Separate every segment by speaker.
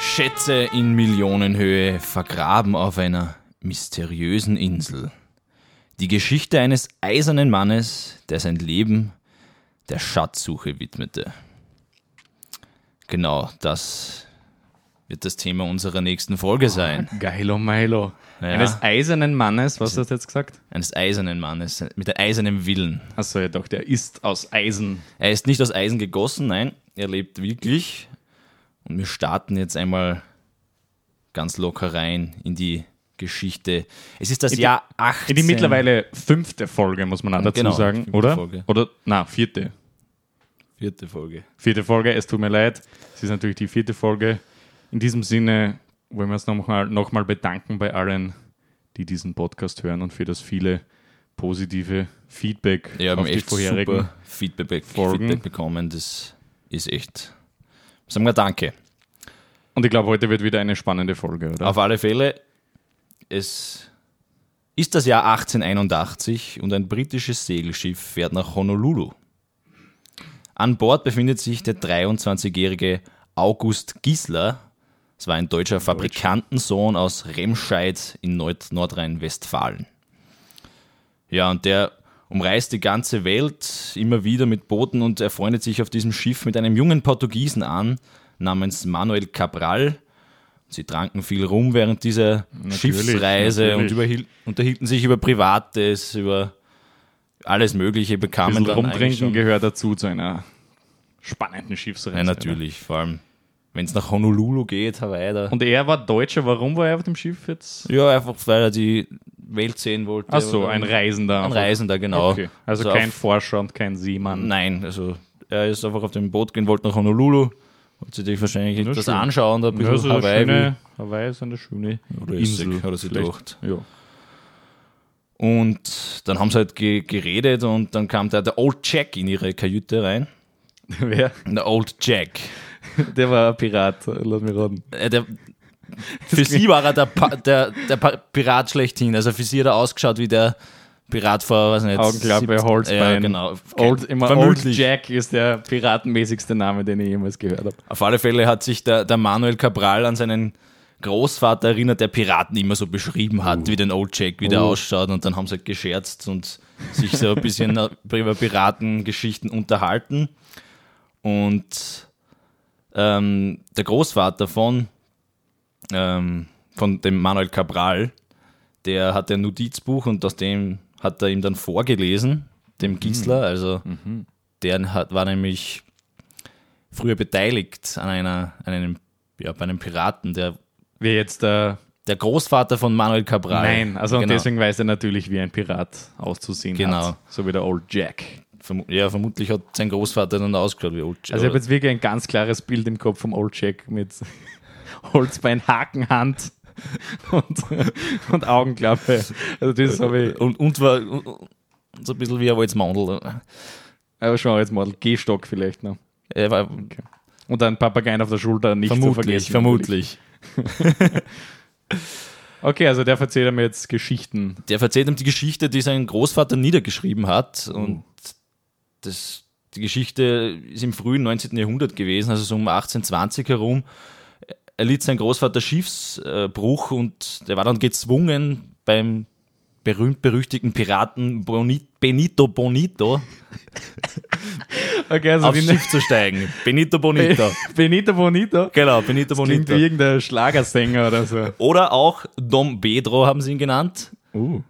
Speaker 1: Schätze in Millionenhöhe vergraben auf einer mysteriösen Insel. Die Geschichte eines eisernen Mannes, der sein Leben der Schatzsuche widmete. Genau, das wird das Thema unserer nächsten Folge sein.
Speaker 2: Geilo Milo.
Speaker 1: Ja.
Speaker 2: Eines eisernen Mannes, was hast du jetzt gesagt?
Speaker 1: Eines eisernen Mannes, mit eisernem Willen.
Speaker 2: Achso, ja doch, der ist aus Eisen.
Speaker 1: Er ist nicht aus Eisen gegossen, nein, er lebt wirklich. Und wir starten jetzt einmal ganz locker rein in die Geschichte. Es ist das
Speaker 2: die-
Speaker 1: Jahr 18.
Speaker 2: In die mittlerweile fünfte Folge, muss man auch dazu
Speaker 1: Genau,
Speaker 2: sagen,
Speaker 1: fünfte
Speaker 2: oder?
Speaker 1: Folge.
Speaker 2: Oder, na, vierte.
Speaker 1: vierte Folge.
Speaker 2: Vierte Folge, es tut mir leid. Es ist natürlich die vierte Folge. In diesem Sinne wollen wir uns nochmal noch mal bedanken bei allen, die diesen Podcast hören und für das viele positive Feedback
Speaker 1: Wir haben
Speaker 2: auf die
Speaker 1: echt
Speaker 2: vorherigen.
Speaker 1: super Feedback,
Speaker 2: Folgen.
Speaker 1: Feedback bekommen. Das ist echt. Sagen wir Danke.
Speaker 2: Und ich glaube, heute wird wieder eine spannende Folge, oder?
Speaker 1: Auf alle Fälle, es ist das Jahr 1881 und ein britisches Segelschiff fährt nach Honolulu. An Bord befindet sich der 23-jährige August Giesler. Es war ein deutscher Fabrikantensohn aus Remscheid in Nord Nordrhein-Westfalen. Ja, und der umreist die ganze Welt immer wieder mit Booten und er freundet sich auf diesem Schiff mit einem jungen Portugiesen an, namens Manuel Cabral. Sie tranken viel rum während dieser Schiffsreise
Speaker 2: natürlich.
Speaker 1: und überhiel- unterhielten sich über Privates, über alles Mögliche,
Speaker 2: Ein
Speaker 1: bekamen
Speaker 2: bisschen
Speaker 1: dann eigentlich
Speaker 2: rumtrinken
Speaker 1: schon
Speaker 2: gehört dazu zu einer spannenden Schiffsreise.
Speaker 1: Ja, natürlich, vor allem, wenn es nach Honolulu geht, Hawaii da.
Speaker 2: Und er war Deutscher, warum war er auf dem Schiff jetzt?
Speaker 1: ja, einfach weil er die Welt sehen wollte.
Speaker 2: Achso,
Speaker 1: Oder-
Speaker 2: ein Reisender.
Speaker 1: Ein
Speaker 2: einfach.
Speaker 1: Reisender, genau.
Speaker 2: Okay. Also
Speaker 1: auf-
Speaker 2: kein Forscher und kein Seemann.
Speaker 1: Nein, also er ist einfach auf dem Boot gehen, wollte nach Honolulu, wollte sich wahrscheinlich das
Speaker 2: schön.
Speaker 1: anschauen, da ein bisschen
Speaker 2: Also
Speaker 1: Hawaii.
Speaker 2: schöne, Hawaii ist eine schöne
Speaker 1: Oder
Speaker 2: Insel.
Speaker 1: Essig, hat er sich
Speaker 2: vielleicht.
Speaker 1: gedacht.
Speaker 2: Ja.
Speaker 1: Und dann haben sie halt ge geredet und dann kam der, der Old Jack in ihre Kajüte rein.
Speaker 2: Wer?
Speaker 1: Der Old Jack.
Speaker 2: Der war ein Pirat, lass mich raten.
Speaker 1: Äh, der, für sie war er der, pa der, der pa Pirat schlechthin. Also für sie hat er ausgeschaut wie der Pirat vor, weiß nicht,
Speaker 2: Augenklappe,
Speaker 1: 17
Speaker 2: Holzbein.
Speaker 1: Ja, genau.
Speaker 2: Old, immer Old
Speaker 1: Vermutlich.
Speaker 2: Jack ist der piratenmäßigste Name, den ich jemals gehört habe.
Speaker 1: Auf alle Fälle hat sich der, der Manuel Cabral an seinen Großvater erinnert, der Piraten immer so beschrieben hat, wie den Old Jack, wie der
Speaker 2: Oh.
Speaker 1: ausschaut. Und dann haben sie halt gescherzt und sich so ein bisschen über Piratengeschichten unterhalten. Und ähm, der Großvater von, ähm, von dem Manuel Cabral, der hat ein Notizbuch und aus dem hat er ihm dann vorgelesen, dem Gisler. Also der hat, war nämlich früher beteiligt an, einer, an einem, ja, bei einem Piraten, der,
Speaker 2: Wer jetzt der.
Speaker 1: der Großvater von Manuel Cabral.
Speaker 2: Nein, also und
Speaker 1: genau.
Speaker 2: deswegen weiß er natürlich, wie ein Pirat auszusehen
Speaker 1: Genau.
Speaker 2: hat. So wie der Old Jack.
Speaker 1: Vermu ja, vermutlich hat sein Großvater dann ausgeschaut wie Old
Speaker 2: Also ich habe jetzt wirklich ein ganz klares Bild im Kopf vom Old Jack mit Holzbein, Hakenhand und, und Augenklappe. Also das habe ich.
Speaker 1: und, und war und, und so ein bisschen wie ein Walzmandel.
Speaker 2: Aber schon als Model. Gehstock vielleicht noch.
Speaker 1: Er war
Speaker 2: Und ein Papageien auf der Schulter, nicht zu
Speaker 1: vermutlich,
Speaker 2: vergessen.
Speaker 1: vermutlich.
Speaker 2: Okay, also der erzählt mir jetzt Geschichten.
Speaker 1: Der erzählt ihm die Geschichte, die sein Großvater niedergeschrieben
Speaker 2: Mhm.
Speaker 1: hat. Und das, die Geschichte ist im frühen 19. Jahrhundert gewesen, also so um 1820 herum. Er litt sein Großvater Schiffsbruch und der war dann gezwungen, beim berühmt-berüchtigten Piraten Boni- Benito Bonito
Speaker 2: Okay, also
Speaker 1: aufs
Speaker 2: die
Speaker 1: Schiff zu steigen. Benito Bonito.
Speaker 2: Benito Bonito.
Speaker 1: genau, Benito
Speaker 2: Klingt
Speaker 1: Bonito.
Speaker 2: wie irgendein Schlagersänger oder so.
Speaker 1: Oder auch Dom Pedro haben sie ihn genannt,
Speaker 2: Uh.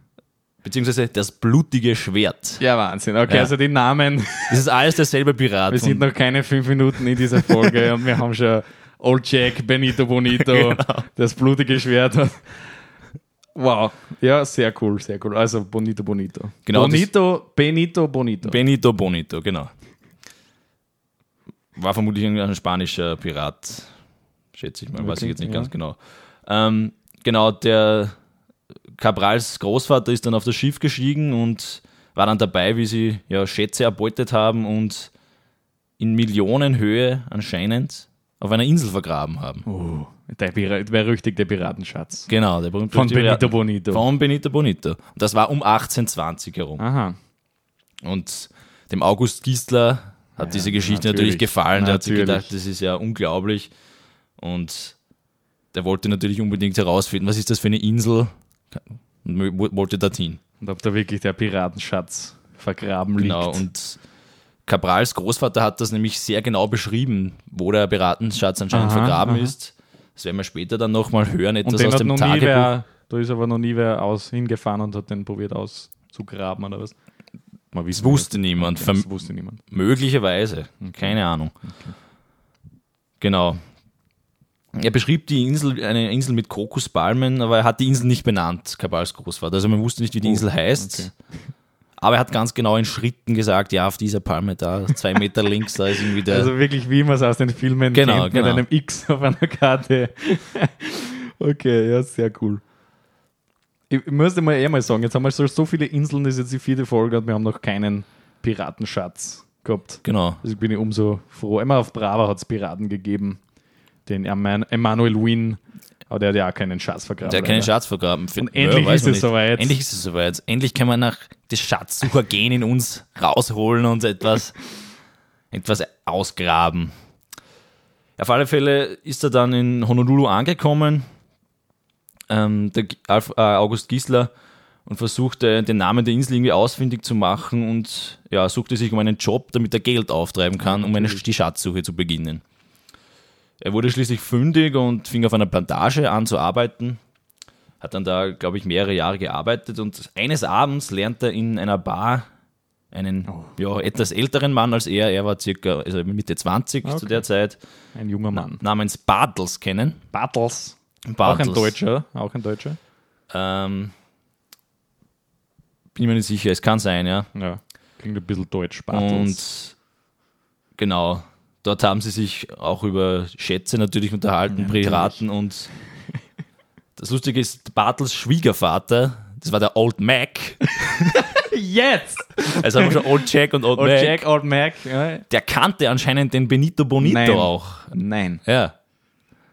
Speaker 1: beziehungsweise das blutige Schwert.
Speaker 2: Ja, Wahnsinn. Okay,
Speaker 1: Ja.
Speaker 2: also die Namen.
Speaker 1: Das ist alles derselbe Pirat.
Speaker 2: Wir sind
Speaker 1: und-
Speaker 2: noch keine fünf Minuten in dieser Folge und wir haben schon Old Jack, Benito Bonito,
Speaker 1: Genau.
Speaker 2: das blutige Schwert. Wow. Ja, sehr cool, sehr cool. Also Bonito Bonito.
Speaker 1: Genau, das-
Speaker 2: Bonito, Benito Bonito.
Speaker 1: Benito Bonito, genau. War vermutlich irgendein spanischer Pirat, schätze ich mal, weiß ich jetzt nicht ganz genau. Ähm, genau, der Cabrals Großvater ist dann auf das Schiff gestiegen und war dann dabei, wie sie ja, Schätze erbeutet haben und in Millionenhöhe anscheinend auf einer Insel vergraben haben.
Speaker 2: oh, der Pira- der berüchtigte Piratenschatz.
Speaker 1: Genau, der berühmte
Speaker 2: Von Benito Bonito.
Speaker 1: Von Benito Bonito. Und das war um 1820 herum.
Speaker 2: Aha.
Speaker 1: Und dem August Gistler hat diese Geschichte natürlich,
Speaker 2: natürlich.
Speaker 1: gefallen. Der hat sich
Speaker 2: Natürlich.
Speaker 1: gedacht, das ist ja unglaublich. Und der wollte natürlich unbedingt herausfinden, was ist das für eine Insel und wo- wollte dorthin.
Speaker 2: Und ob da wirklich der Piratenschatz vergraben liegt.
Speaker 1: Genau, und Cabrals Großvater hat das nämlich sehr genau beschrieben, wo der Piratenschatz anscheinend
Speaker 2: Aha,
Speaker 1: vergraben
Speaker 2: aha.
Speaker 1: ist. Das werden wir später dann nochmal hören,
Speaker 2: Und
Speaker 1: etwas
Speaker 2: den
Speaker 1: aus
Speaker 2: hat
Speaker 1: dem
Speaker 2: noch nie
Speaker 1: Tagebuch.
Speaker 2: wer, da ist aber noch nie wer aus, hingefahren und hat den probiert auszugraben oder was. Man
Speaker 1: Das
Speaker 2: wissen
Speaker 1: wusste niemand,
Speaker 2: nicht.
Speaker 1: verm
Speaker 2: Das wusste niemand.
Speaker 1: möglicherweise, keine Ahnung. Genau. Er beschrieb die Insel, eine Insel mit Kokospalmen, aber er hat die Insel nicht benannt, Cabals Großvater. Also man wusste nicht, wie die
Speaker 2: Oh,
Speaker 1: Insel heißt.
Speaker 2: okay.
Speaker 1: Aber er hat ganz genau in Schritten gesagt, ja, auf dieser Palme da, zwei Meter links, da ist irgendwie der...
Speaker 2: Also wirklich, wie man es aus den Filmen
Speaker 1: Genau,
Speaker 2: kennt,
Speaker 1: genau.
Speaker 2: mit einem X auf einer Karte. okay, ja, sehr cool. Ich ich muss dir mal eh mal sagen, jetzt haben wir so, so viele Inseln, das ist jetzt die vierte Folge und wir haben noch keinen Piratenschatz gehabt.
Speaker 1: genau.
Speaker 2: Also bin ich umso froh. Immer auf Brava hat es Piraten gegeben. Den Eman Emanuel Wynn. Aber der hat ja auch keinen Schatz vergraben.
Speaker 1: Der hat keinen
Speaker 2: leider.
Speaker 1: Schatz vergraben. Für-
Speaker 2: Und endlich
Speaker 1: weiß
Speaker 2: ist
Speaker 1: man
Speaker 2: es soweit.
Speaker 1: Endlich ist es soweit. Endlich kann man nach das Schatzsuchergen in uns rausholen und etwas, etwas ausgraben. Auf alle Fälle ist er dann in Honolulu angekommen, ähm, der G- Alf, äh, August Gisler, und versuchte den Namen der Insel irgendwie ausfindig zu machen und ja, suchte sich um einen Job, damit er Geld auftreiben kann, um eine, die Schatzsuche zu beginnen. Er wurde schließlich fündig und fing auf einer Plantage an zu arbeiten. Hat dann da, glaube ich, mehrere Jahre gearbeitet und eines Abends lernt er in einer Bar einen
Speaker 2: Oh.
Speaker 1: ja, etwas älteren Mann als er, er war circa also Mitte 20 zu
Speaker 2: Okay.
Speaker 1: der Zeit,
Speaker 2: Ein junger Mann.
Speaker 1: namens Bartels kennen.
Speaker 2: Bartels. Auch
Speaker 1: Bartels.
Speaker 2: ein Deutscher. Auch ein Deutscher.
Speaker 1: Ähm, bin mir nicht sicher, es kann sein, ja.
Speaker 2: Ja. Klingt ein bisschen deutsch. Bartels.
Speaker 1: Und genau, dort haben sie sich auch über Schätze natürlich unterhalten, Piraten und das Lustige ist, Bartels Schwiegervater, das war der Old Mac,
Speaker 2: jetzt!
Speaker 1: also haben wir schon Old Jack und Old,
Speaker 2: Old
Speaker 1: Mac,
Speaker 2: Jack, Old Mac. Ja.
Speaker 1: der kannte anscheinend den Benito Bonito
Speaker 2: Nein.
Speaker 1: auch.
Speaker 2: Nein.
Speaker 1: Ja,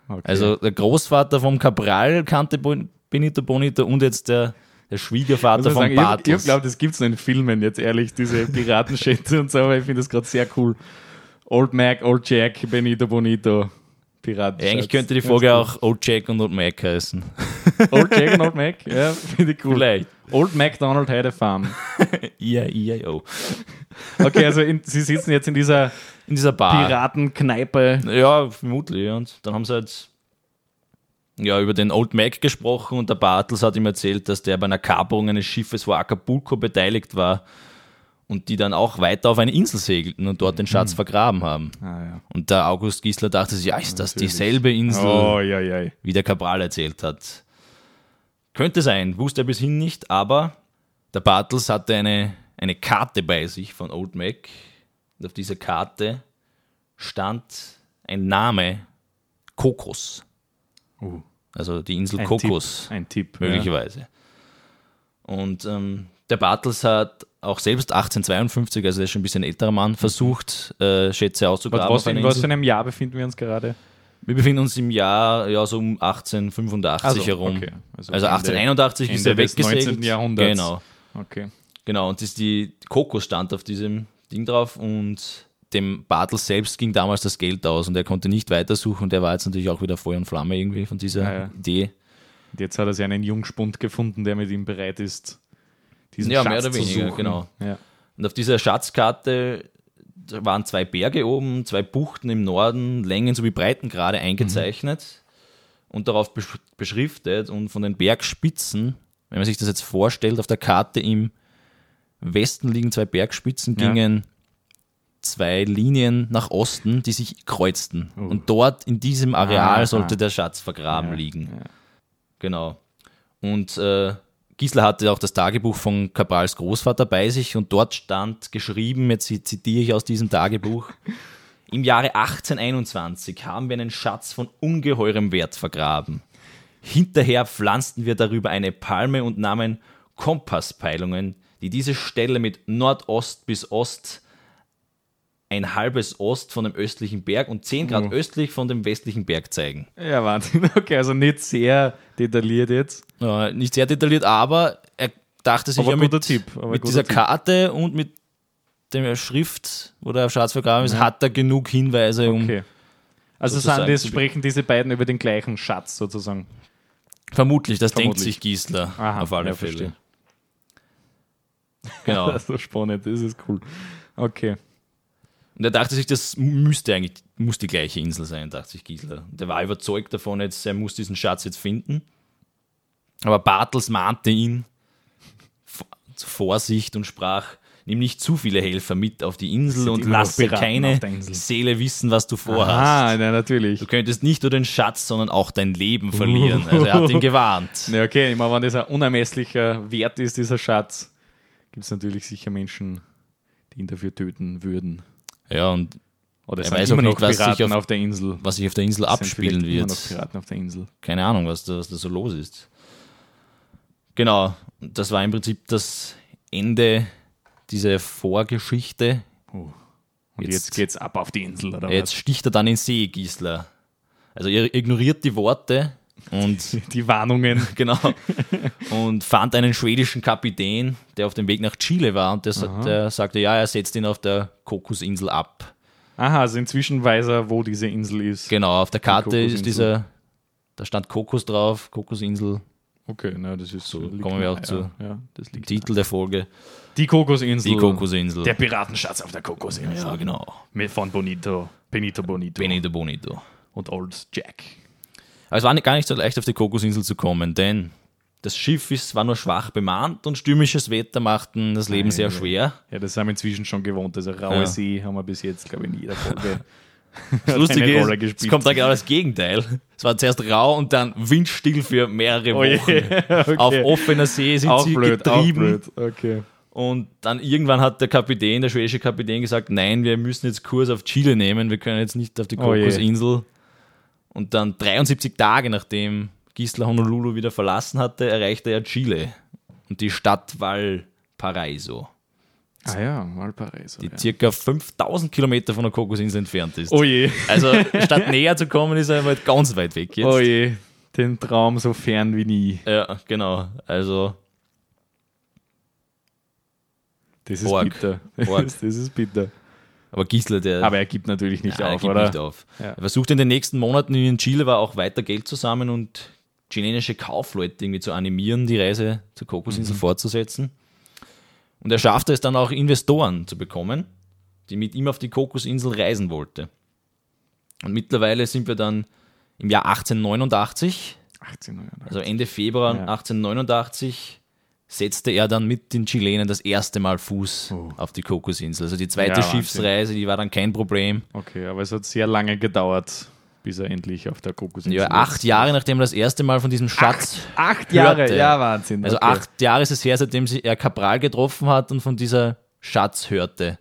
Speaker 2: Okay.
Speaker 1: also der Großvater vom Cabral kannte Bon- Benito Bonito und jetzt der, der Schwiegervater
Speaker 2: muss
Speaker 1: von
Speaker 2: sagen, ich ich
Speaker 1: Bartels.
Speaker 2: glaube, das gibt es in Filmen jetzt ehrlich, diese Piratenschätze und so, aber ich finde das gerade sehr cool. Old Mac, Old Jack, Benito Bonito, Piratenschatz.
Speaker 1: Ja, eigentlich könnte die
Speaker 2: Ganz
Speaker 1: Folge
Speaker 2: cool.
Speaker 1: auch Old Jack und Old Mac heißen.
Speaker 2: Old Jack und Old Mac, ja, finde ich cool.
Speaker 1: Vielleicht.
Speaker 2: Old MacDonald had a farm.
Speaker 1: Ja, ja, ja.
Speaker 2: Okay, also in, sie sitzen jetzt in dieser
Speaker 1: In dieser Bar.
Speaker 2: Piratenkneipe.
Speaker 1: Ja, vermutlich. ja. Und dann haben sie halt ja, über den Old Mac gesprochen und der Bartels hat ihm erzählt, dass der bei einer Kaperung eines Schiffes vor Acapulco beteiligt war und die dann auch weiter auf eine Insel segelten und dort den Schatz vergraben haben.
Speaker 2: Ah, ja.
Speaker 1: Und der August Gisler dachte sich, ja, ist das dieselbe Insel,
Speaker 2: Oh, ja, ja.
Speaker 1: wie der Cabral erzählt hat? Könnte sein, wusste er bis hin nicht, aber der Bartels hatte eine, eine Karte bei sich von Old Mac und auf dieser Karte stand ein Name Kokos.
Speaker 2: Uh,
Speaker 1: Also die Insel
Speaker 2: ein
Speaker 1: Kokos,
Speaker 2: Tipp, ein Tipp. Ja.
Speaker 1: möglicherweise. Und ähm, der Bartels hat auch selbst 1852, also der ist schon ein bisschen älterer Mann, versucht, äh, Schätze auszugraben.
Speaker 2: Was, was,
Speaker 1: auf einer
Speaker 2: in was für
Speaker 1: Insel.
Speaker 2: einem Jahr befinden wir uns gerade?
Speaker 1: Wir befinden uns im Jahr ja, so um 1885
Speaker 2: Also,
Speaker 1: herum.
Speaker 2: okay. Also
Speaker 1: Also,
Speaker 2: Ende-
Speaker 1: 1881 ist
Speaker 2: Ende
Speaker 1: er
Speaker 2: des
Speaker 1: weggesegelt.
Speaker 2: 19. Jahrhunderts.
Speaker 1: Genau,
Speaker 2: Okay.
Speaker 1: genau. Und das ist die Kokos stand auf diesem Ding drauf und dem Bartels selbst ging damals das Geld aus und er konnte nicht weitersuchen und er war jetzt natürlich auch wieder Feuer und Flamme irgendwie von dieser
Speaker 2: Ja, ja.
Speaker 1: Idee.
Speaker 2: Und jetzt hat er sich einen Jungspund gefunden, der mit ihm bereit ist, diesen
Speaker 1: Ja,
Speaker 2: Schatz
Speaker 1: mehr oder
Speaker 2: zu
Speaker 1: weniger,
Speaker 2: suchen.
Speaker 1: genau.
Speaker 2: Ja.
Speaker 1: Und auf dieser Schatzkarte da waren zwei Berge oben, zwei Buchten im Norden, Längen sowie Breitengrade eingezeichnet und darauf besch beschriftet. Und von den Bergspitzen, wenn man sich das jetzt vorstellt, auf der Karte im Westen liegen zwei Bergspitzen,
Speaker 2: Ja.
Speaker 1: gingen zwei Linien nach Osten, die sich kreuzten. Und dort in diesem Areal
Speaker 2: Ah,
Speaker 1: sollte
Speaker 2: ah.
Speaker 1: der Schatz vergraben
Speaker 2: Oh. Ja,
Speaker 1: liegen.
Speaker 2: ja.
Speaker 1: Genau. Und äh, Gisler hatte auch das Tagebuch von Cabrals Großvater bei sich und dort stand geschrieben, jetzt zi- zitiere ich aus diesem Tagebuch, im Jahre 1821 haben wir einen Schatz von ungeheurem Wert vergraben. Hinterher pflanzten wir darüber eine Palme und nahmen Kompasspeilungen, die diese Stelle mit Nordost bis Ost ein halbes Ost von dem östlichen Berg und 10 Grad östlich von dem westlichen Berg zeigen.
Speaker 2: Ja, Wahnsinn. Okay, also nicht sehr detailliert jetzt.
Speaker 1: Ja, nicht sehr detailliert, aber er dachte sich
Speaker 2: Aber
Speaker 1: ja mit,
Speaker 2: guter Tipp, aber
Speaker 1: mit
Speaker 2: guter
Speaker 1: dieser
Speaker 2: Tipp.
Speaker 1: Karte und mit der Schrift, wo der Schatz vergraben ist, hat er genug Hinweise, um
Speaker 2: Okay. Also
Speaker 1: sozusagen
Speaker 2: sind das,
Speaker 1: zu be-
Speaker 2: sprechen diese beiden über den gleichen Schatz sozusagen.
Speaker 1: Vermutlich, das denkt
Speaker 2: Vermutlich.
Speaker 1: sich Giesler
Speaker 2: Aha,
Speaker 1: auf alle
Speaker 2: ja,
Speaker 1: Fälle.
Speaker 2: verstehe.
Speaker 1: Genau.
Speaker 2: Das ist so spannend, das ist cool. Okay.
Speaker 1: Und er dachte sich, das müsste eigentlich, muss die gleiche Insel sein, dachte sich Gisler. Und er war überzeugt davon, jetzt, er muss diesen Schatz jetzt finden. Aber Bartels mahnte ihn v- zu Vorsicht und sprach, nimm nicht zu viele Helfer mit auf die Insel
Speaker 2: Sind
Speaker 1: und
Speaker 2: immer noch
Speaker 1: lasse
Speaker 2: Piraten
Speaker 1: keine
Speaker 2: auf der Insel.
Speaker 1: Seele wissen, was du vorhast.
Speaker 2: Ah, na natürlich.
Speaker 1: Du könntest nicht nur den Schatz, sondern auch dein Leben verlieren. Also er hat ihn gewarnt.
Speaker 2: Na okay, ich meine, wenn das ein unermesslicher Wert ist, dieser Schatz, gibt es natürlich sicher Menschen, die ihn dafür töten würden.
Speaker 1: Ja, und
Speaker 2: Oder es
Speaker 1: Er
Speaker 2: sind
Speaker 1: weiß
Speaker 2: immer
Speaker 1: auch
Speaker 2: noch
Speaker 1: nicht, was sich
Speaker 2: Piraten
Speaker 1: auf-
Speaker 2: auf, der Insel.
Speaker 1: was sich auf der Insel
Speaker 2: Es sind
Speaker 1: abspielen
Speaker 2: vielleicht Immer noch
Speaker 1: wird.
Speaker 2: Piraten auf der Insel.
Speaker 1: keine Ahnung, was da, was da so los ist. Genau, und das war im Prinzip das Ende dieser Vorgeschichte.
Speaker 2: Und
Speaker 1: Jetzt-
Speaker 2: jetzt, geht's ab auf die Insel, oder
Speaker 1: Jetzt sticht er dann in See, Gisler. Also er ignoriert die Worte und
Speaker 2: was? Die Warnungen.
Speaker 1: genau und fand einen schwedischen Kapitän, der auf dem Weg nach Chile war und der, sa- der sagte, ja, er setzt ihn auf der Kokusinsel ab.
Speaker 2: Aha, also inzwischen weiß er, wo diese Insel ist.
Speaker 1: Genau, auf der Karte ist
Speaker 2: Kokusinsel.
Speaker 1: dieser, da stand Kokos drauf, Kokusinsel,
Speaker 2: Okay, na, das ist so. liegt
Speaker 1: kommen wir
Speaker 2: nahe,
Speaker 1: auch zu.
Speaker 2: Ja, ja, das liegt
Speaker 1: Titel der Folge,
Speaker 2: Die Kokosinsel.
Speaker 1: die Kokusinsel.
Speaker 2: Der Piratenschatz auf der Kokosinsel.
Speaker 1: ja, genau.
Speaker 2: Mit von Bonito. Benito Bonito.
Speaker 1: Benito Bonito.
Speaker 2: Und Old Jack.
Speaker 1: Aber es war nicht- gar nicht so leicht, auf die Kokusinsel zu kommen, denn das Schiff ist, war nur schwach bemannt und stürmisches Wetter machten das Leben sehr schwer.
Speaker 2: Ja, das haben wir inzwischen schon gewohnt. Also raue
Speaker 1: Ja.
Speaker 2: See haben wir bis jetzt, glaube ich, in jeder Folge.
Speaker 1: Das Lustige
Speaker 2: eine
Speaker 1: ist,
Speaker 2: Rolle
Speaker 1: es
Speaker 2: gespielt.
Speaker 1: kommt da genau das Gegenteil. Es war zuerst rau und dann windstill für mehrere
Speaker 2: Oh je,
Speaker 1: Wochen.
Speaker 2: okay.
Speaker 1: Auf offener See sind
Speaker 2: auch
Speaker 1: sie
Speaker 2: blöd, auch
Speaker 1: getrieben.
Speaker 2: blöd. Okay.
Speaker 1: Und dann irgendwann hat der Kapitän, der schwedische Kapitän, gesagt: Nein, wir müssen jetzt Kurs auf Chile nehmen, wir können jetzt nicht auf die
Speaker 2: Oh je.
Speaker 1: Kokusinsel. und dann 73 Tage nachdem Gisler Honolulu wieder verlassen hatte, erreichte er Chile und die Stadt Valparaiso,
Speaker 2: Ah ja, Valparaiso.
Speaker 1: die
Speaker 2: Ja.
Speaker 1: circa 5000 Kilometer von der Kokusinsel entfernt ist.
Speaker 2: Oh je,
Speaker 1: Also statt näher zu kommen, ist er einmal ganz weit weg jetzt.
Speaker 2: oh je. Den Traum so fern wie nie.
Speaker 1: Ja, genau. Also
Speaker 2: Das ist
Speaker 1: Org.
Speaker 2: bitter.
Speaker 1: Org.
Speaker 2: Das, das ist bitter.
Speaker 1: Aber Gisler, der
Speaker 2: Aber er gibt natürlich nicht
Speaker 1: Ja, er
Speaker 2: auf,
Speaker 1: gibt
Speaker 2: oder?
Speaker 1: nicht auf.
Speaker 2: Ja.
Speaker 1: Er versucht in den nächsten Monaten in Chile war auch weiter Geld zusammen und chilenische Kaufleute irgendwie zu animieren, die Reise zur
Speaker 2: Mhm.
Speaker 1: Kokusinsel fortzusetzen. Und er schaffte es dann auch Investoren zu bekommen, die mit ihm auf die Kokusinsel reisen wollte. Und mittlerweile sind wir dann im Jahr 1889,
Speaker 2: 18 Euro.
Speaker 1: also Ende Februar
Speaker 2: Ja.
Speaker 1: 1889 setzte er dann mit den Chilenen das erste Mal Fuß auf die Kokusinsel. Also die zweite
Speaker 2: Oh. Ja, Wahnsinn.
Speaker 1: Schiffsreise, die war dann kein Problem.
Speaker 2: Okay, aber es hat sehr lange gedauert, bis er endlich auf der Kokosinsel
Speaker 1: Ja,
Speaker 2: ist.
Speaker 1: acht Jahre, nachdem er das erste Mal von diesem Schatz.
Speaker 2: Acht
Speaker 1: Jahre, ja,
Speaker 2: Wahnsinn.
Speaker 1: Also acht Jahre ist es her, seitdem sie er Kapral getroffen hat und von dieser Schatz hörte.